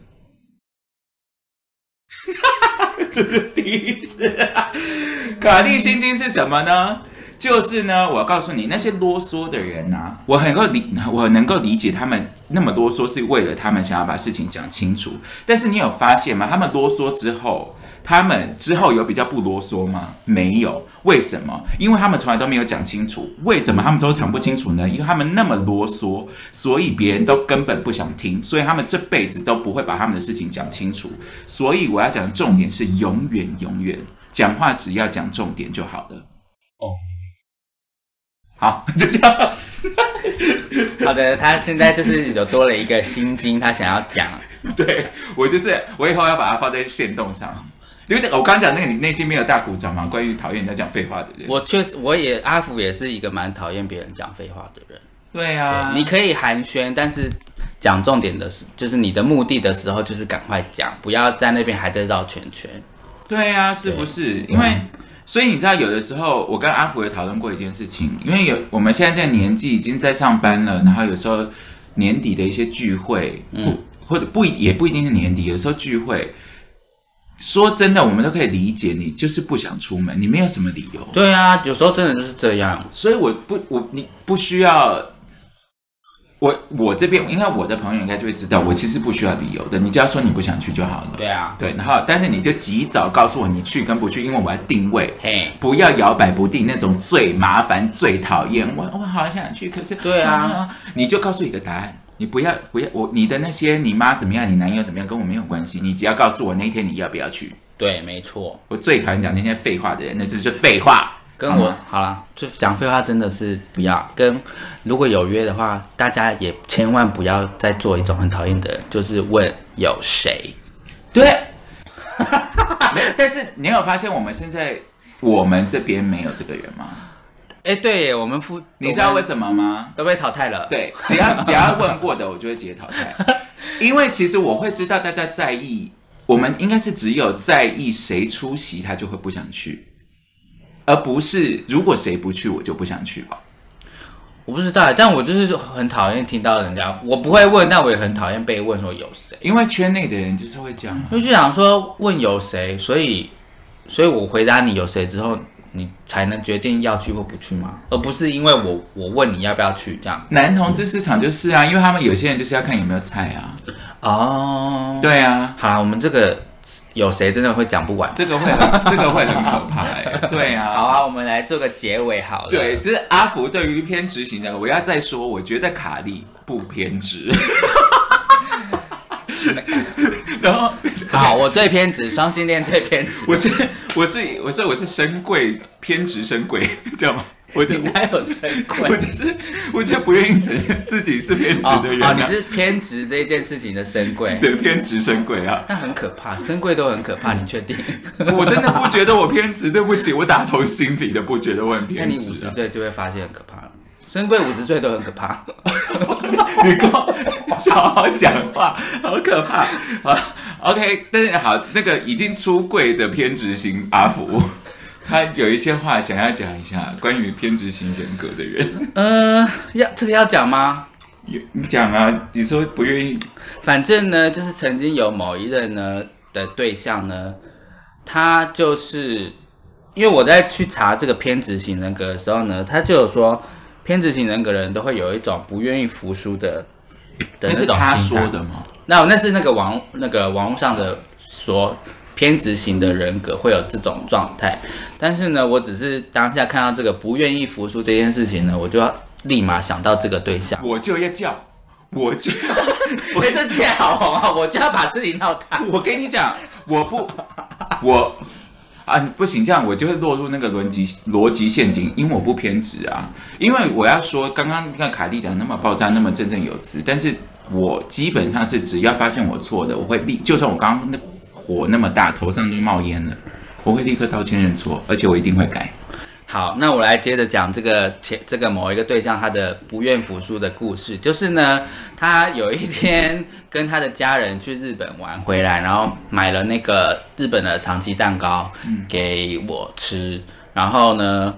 Speaker 2: 这是第一次、卡利心经是什么呢？就是呢，我告诉你，那些啰嗦的人呐、我很够理，我能够理解他们那么啰嗦，是为了他们想要把事情讲清楚。但是你有发现吗？他们啰嗦之后，他们之后有比较不啰嗦吗？没有。为什么？因为他们从来都没有讲清楚。为什么他们都讲不清楚呢？因为他们那么啰嗦，所以别人都根本不想听，所以他们这辈子都不会把他们的事情讲清楚。所以我要讲的重点是永远永远讲话只要讲重点就好了。
Speaker 3: 哦，
Speaker 2: 好， 就这样。
Speaker 1: 好的，他现在就是有多了一个心经，他想要讲，
Speaker 2: 对我就是，我以后要把它放在线动上。因为我刚刚讲那个，你内心没有大鼓掌嘛？关于讨厌人家讲废话的人，
Speaker 1: 我确实我也阿福也是一个蛮讨厌别人讲废话的人，
Speaker 2: 对啊，
Speaker 1: 对，你可以寒暄，但是讲重点的是，就是你的目的的时候，就是赶快讲，不要在那边还在绕圈圈。
Speaker 2: 对嗯啊，是不是？因为、所以你知道，有的时候我跟阿福也讨论过一件事情，因为有我们现在这个年纪已经在上班了，然后有时候年底的一些聚会，嗯，或者不一也不一定是年底，有时候聚会，说真的，我们都可以理解你就是不想出门，你没有什么理由，
Speaker 1: 对啊，有时候真的就是这样。
Speaker 2: 所以我不我你不需要。我我这边应该我的朋友应该就会知道，我其实不需要理由的，你只要说你不想去就好了。
Speaker 1: 对啊，
Speaker 2: 对，然后但是你就及早告诉我你去跟不去，因为我要定位，
Speaker 1: 嘿，
Speaker 2: 不要摇摆不定那种最麻烦、最讨厌。我我好想去，可是
Speaker 1: 对啊，
Speaker 2: 你就告诉我一个答案，你不要不要我你的那些你妈怎么样，你男友怎么样，跟我没有关系。你只要告诉我那一天你要不要去。
Speaker 1: 对，没错。
Speaker 2: 我最讨厌讲那些废话的人，那就是废话。嗯
Speaker 1: 跟
Speaker 2: 好
Speaker 1: 我
Speaker 2: 吗
Speaker 1: 好了，就讲废话真的是不要。跟如果有约的话，大家也千万不要再做一种很讨厌的人，就是问有谁。
Speaker 2: 对， 没有但是你有发现我们现在我们这边没有这个人吗？
Speaker 1: 哎，对耶，我们夫，
Speaker 2: 你知道为
Speaker 1: 么
Speaker 2: 什么吗？
Speaker 1: 都被淘汰了？，
Speaker 2: 对，只要 只要问过的，我就会直接淘汰，因为其实我会知道大家在意，我们应该是只有在意谁出席，他就会不想去，而不是如果谁不去，我就不想去吧。
Speaker 1: 我不知道耶，但我就是很讨厌听到人家，我不会问，但我也很讨厌被问说有谁。
Speaker 2: 因为圈内的人就是会这样啊。
Speaker 1: 我就想说问有谁，所以，所以我回答你有谁之后，你才能决定要去或不去吗？而不是因为我我问你要不要去这样。
Speaker 2: 男同志市场就是啊，因为他们有些人就是要看有没有菜啊。
Speaker 1: 哦，
Speaker 2: 对啊，
Speaker 1: 好啦，我们这个有谁真的会讲不完。
Speaker 2: 这个会很这个会很可怕哎、对啊，
Speaker 1: 好啊，我们来做个结尾好了。
Speaker 2: 对，，就是阿福对于偏执型的，我要再说，我觉得卡莉不偏 执。然后
Speaker 1: 好，我最偏执，双性恋最偏 执。
Speaker 2: 我是我是我是我是神贵偏执神贵，知道吗？我的
Speaker 1: 你哪有神
Speaker 2: 我
Speaker 1: 棍
Speaker 2: 我？就是我就不愿意承认自己是偏执
Speaker 1: 哦
Speaker 2: 的人、啊
Speaker 1: 哦，你是偏执这件事情的神贵，
Speaker 2: 对偏执神贵啊！
Speaker 1: 那很可怕，神贵都很可怕，你确定？
Speaker 2: 我真的不觉得我偏执，对不起，我打从心底的不觉得我很
Speaker 1: 那
Speaker 2: 偏
Speaker 1: 你
Speaker 2: 执、
Speaker 1: 五十
Speaker 2: 啊。
Speaker 1: 岁就会发现很可怕了。神贵五十岁都很可怕。
Speaker 2: 你跟我好好讲话，好可怕啊！OK，但是好，那个已经出柜的偏执型阿福， 他有一些话想要讲一下关于偏执型人格的人，
Speaker 1: 嗯，要这个要讲吗？
Speaker 2: 你你讲啊，你说不愿意，
Speaker 1: 反正呢，就是曾经有某一任呢的对象呢，他就是因为我在去查这个偏执型人格的时候呢，他就有说，偏执型人格的人都会有一种不愿意服输的的
Speaker 2: 那是
Speaker 1: 种
Speaker 2: 他
Speaker 1: 心
Speaker 2: 说
Speaker 1: 态
Speaker 2: 的吗？
Speaker 1: 那那是那个网那个网络上的说偏执型的人格会有这种状态，但是呢，我只是当下看到这个不愿意服输这件事情呢，我就要立马想到这个对象。
Speaker 2: 我就要叫，我就要，
Speaker 1: 我这件好红啊， 我就要把事情闹大。
Speaker 2: 我跟你讲，我不， 我啊不行，这样我就会落入那个逻辑逻辑陷阱，因为我不偏执啊。因为我要说，刚刚那凯莉讲那么爆炸，那么振振有词，但是我基本上是只要发现我错的，我会立，就算我刚刚那火那么大，头上都冒烟了，我会立刻道歉认错，而且我一定会改。
Speaker 1: 好，那我来接着讲这个前这个某一个对象他的不愿服输的故事，就是呢，他有一天跟他的家人去日本玩回来，然后买了那个日本的长崎蛋糕给我吃，然后呢，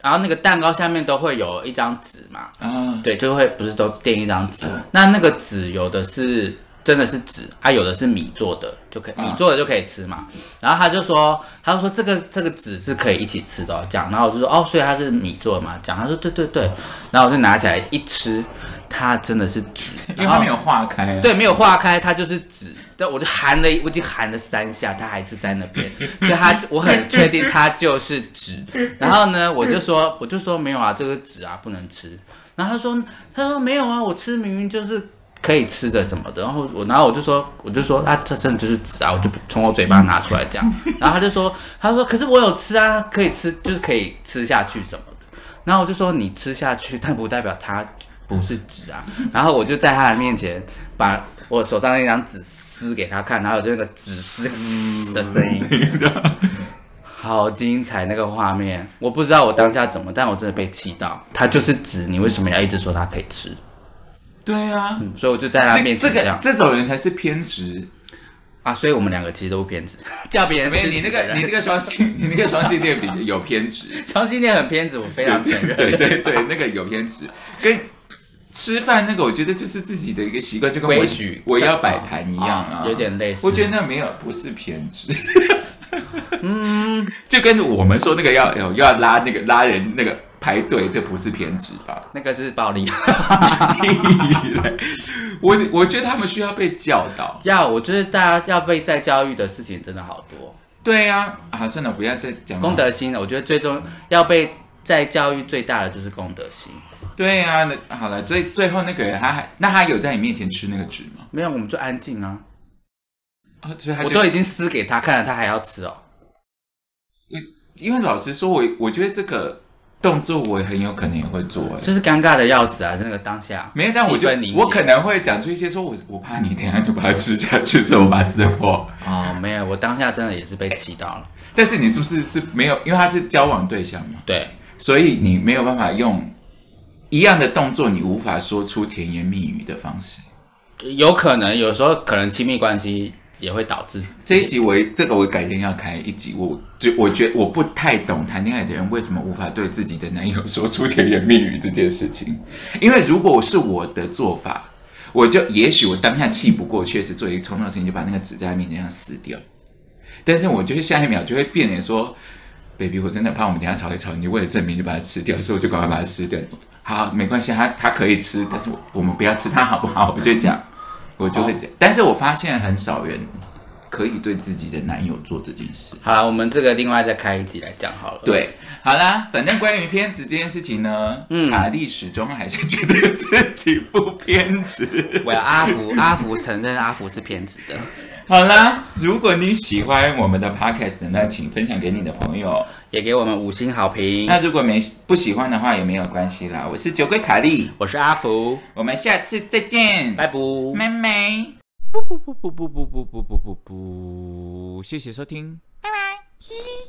Speaker 1: 然后那个蛋糕下面都会有一张纸嘛，
Speaker 2: 啊，
Speaker 1: 对，就会不是都垫一张纸，
Speaker 2: 嗯
Speaker 1: 那那个纸有的是真的是纸，啊，有的是米做的，就可以
Speaker 2: 嗯
Speaker 1: 米做的就可以吃嘛。然后他就说，他就说这个这个纸是可以一起吃的、哦，这样。然后我就说，哦，所以它是米做的嘛，这样。他说对对
Speaker 2: 嗯
Speaker 1: 对，然后我就拿起来一吃，它真的是纸，
Speaker 2: 因为
Speaker 1: 然后
Speaker 2: 他没有化开、啊。
Speaker 1: 对，没有化开，它就是纸。但我就含了一，我已经含了三下，它还是在那边。所以它，我很确定它就是纸。然后呢，我就说，我就说没有啊，这个纸啊不能吃。然后他说，他说没有啊，我吃明明就是可以吃的什么的。然后我，然后我就说，我就说啊，这真的就是纸啊，我就从我嘴巴拿出来这样。然后他就说，他说可是我有吃啊，可以吃，就是可以吃下去什么的。然后我就说你吃下去， 但不代表它不是纸啊。然后我就在他的面前把我手上那张纸撕给他看，然后有就那个纸撕的声 音，好精彩那个画面。我不知道我当下怎么，但我真的被气到。它就是纸，你为什么要一直说它可以吃？
Speaker 2: 对啊，
Speaker 1: 所以我就在他
Speaker 2: 这
Speaker 1: 面
Speaker 2: 这
Speaker 1: 前这
Speaker 2: 个
Speaker 1: 样
Speaker 2: 这种人才是偏执。
Speaker 1: 啊，所以我们两个其实都不偏执，叫别人
Speaker 2: 没有
Speaker 1: 吃
Speaker 2: 你那
Speaker 1: 纸的
Speaker 2: 个
Speaker 1: 人
Speaker 2: 你那个双性你那个双性恋比的有偏 执。
Speaker 1: 双性恋很偏执，我非常承认。
Speaker 2: 对对对，那个有偏执，跟吃饭那个，我觉得就是自己的一个习惯，就跟我
Speaker 1: 规矩
Speaker 2: 我要摆盘一样啊
Speaker 1: 啊，有点类似
Speaker 2: 我觉得那没有不是偏 执，嗯，
Speaker 1: 嗯
Speaker 2: 就跟我们说那个要要要拉那个拉人那个排队，这不是偏执吧？
Speaker 1: 那个是暴力。
Speaker 2: 我我觉得他们需要被教导。
Speaker 1: 要，我觉得大家要被再教育的事情真的好多。
Speaker 2: 对呀、啊，啊，算了，不要再讲
Speaker 1: 功。德心，我觉得最终要被再教育最大的就是功德心。
Speaker 2: 对呀、那好了，所以最后那个人他还那他有在你面前吃那个纸吗？
Speaker 1: 没有，我们就安静啊！
Speaker 2: 啊，所以他
Speaker 1: 我
Speaker 2: 就
Speaker 1: 都已经撕给他看了，他还要吃哦。
Speaker 2: 因为老实说，我我觉得这个动作我很有可能也会做、欸，
Speaker 1: 就是尴尬的要死啊！那个当下，
Speaker 2: 没有，但我
Speaker 1: 气
Speaker 2: 就
Speaker 1: 氛凝结
Speaker 2: 我可能会讲出一些说我我怕你等一下就把它吃下去，所以我把它撕破。
Speaker 1: 哦，没有，我当下真的也是被气到了。
Speaker 2: 但是你是不是是没有，因为他是交往对象嘛，
Speaker 1: 对，
Speaker 2: 所以你没有办法用一样的动作，你无法说出甜言蜜语的方式。
Speaker 1: 有可能有时候可能亲密关系也会导致
Speaker 2: 这一集我这个我改天要开一集，我就我觉我不太懂谈恋爱的人为什么无法对自己的男友说出甜言蜜语这件事情，因为如果是我的做法，我就也许我当下气不过，确实做一个冲动的事情，就把那个纸在他面前这样撕掉，但是我就会下一秒就会变脸说，baby，我真的怕我们等一下吵一吵，你为了证明就把它吃掉，所以我就赶快把它吃掉。好，没关系，他他可以吃，但是我我们不要吃它好不好？我就讲，我就会讲，但是我发现很少人。可以对自己的男友做这件事。
Speaker 1: 好了，我们这个另外再开一集来讲好了。，
Speaker 2: 对，好啦，反正关于偏执这件事情呢，嗯，卡莉始终还是觉得自己不偏执。
Speaker 1: 我要阿福，阿福承认阿福是偏执的。
Speaker 2: 好啦，如果你喜欢我们的 podcast 呢，那请分享给你的朋友。
Speaker 1: 也给我们五星好评。
Speaker 2: 那如果没不喜欢的话也没有关系啦。我是酒鬼卡莉，
Speaker 1: 我是阿福，
Speaker 2: 我们下次再见，
Speaker 1: 拜拜。
Speaker 2: 妹妹。不不不不不不不不不不不，谢谢收听，拜拜。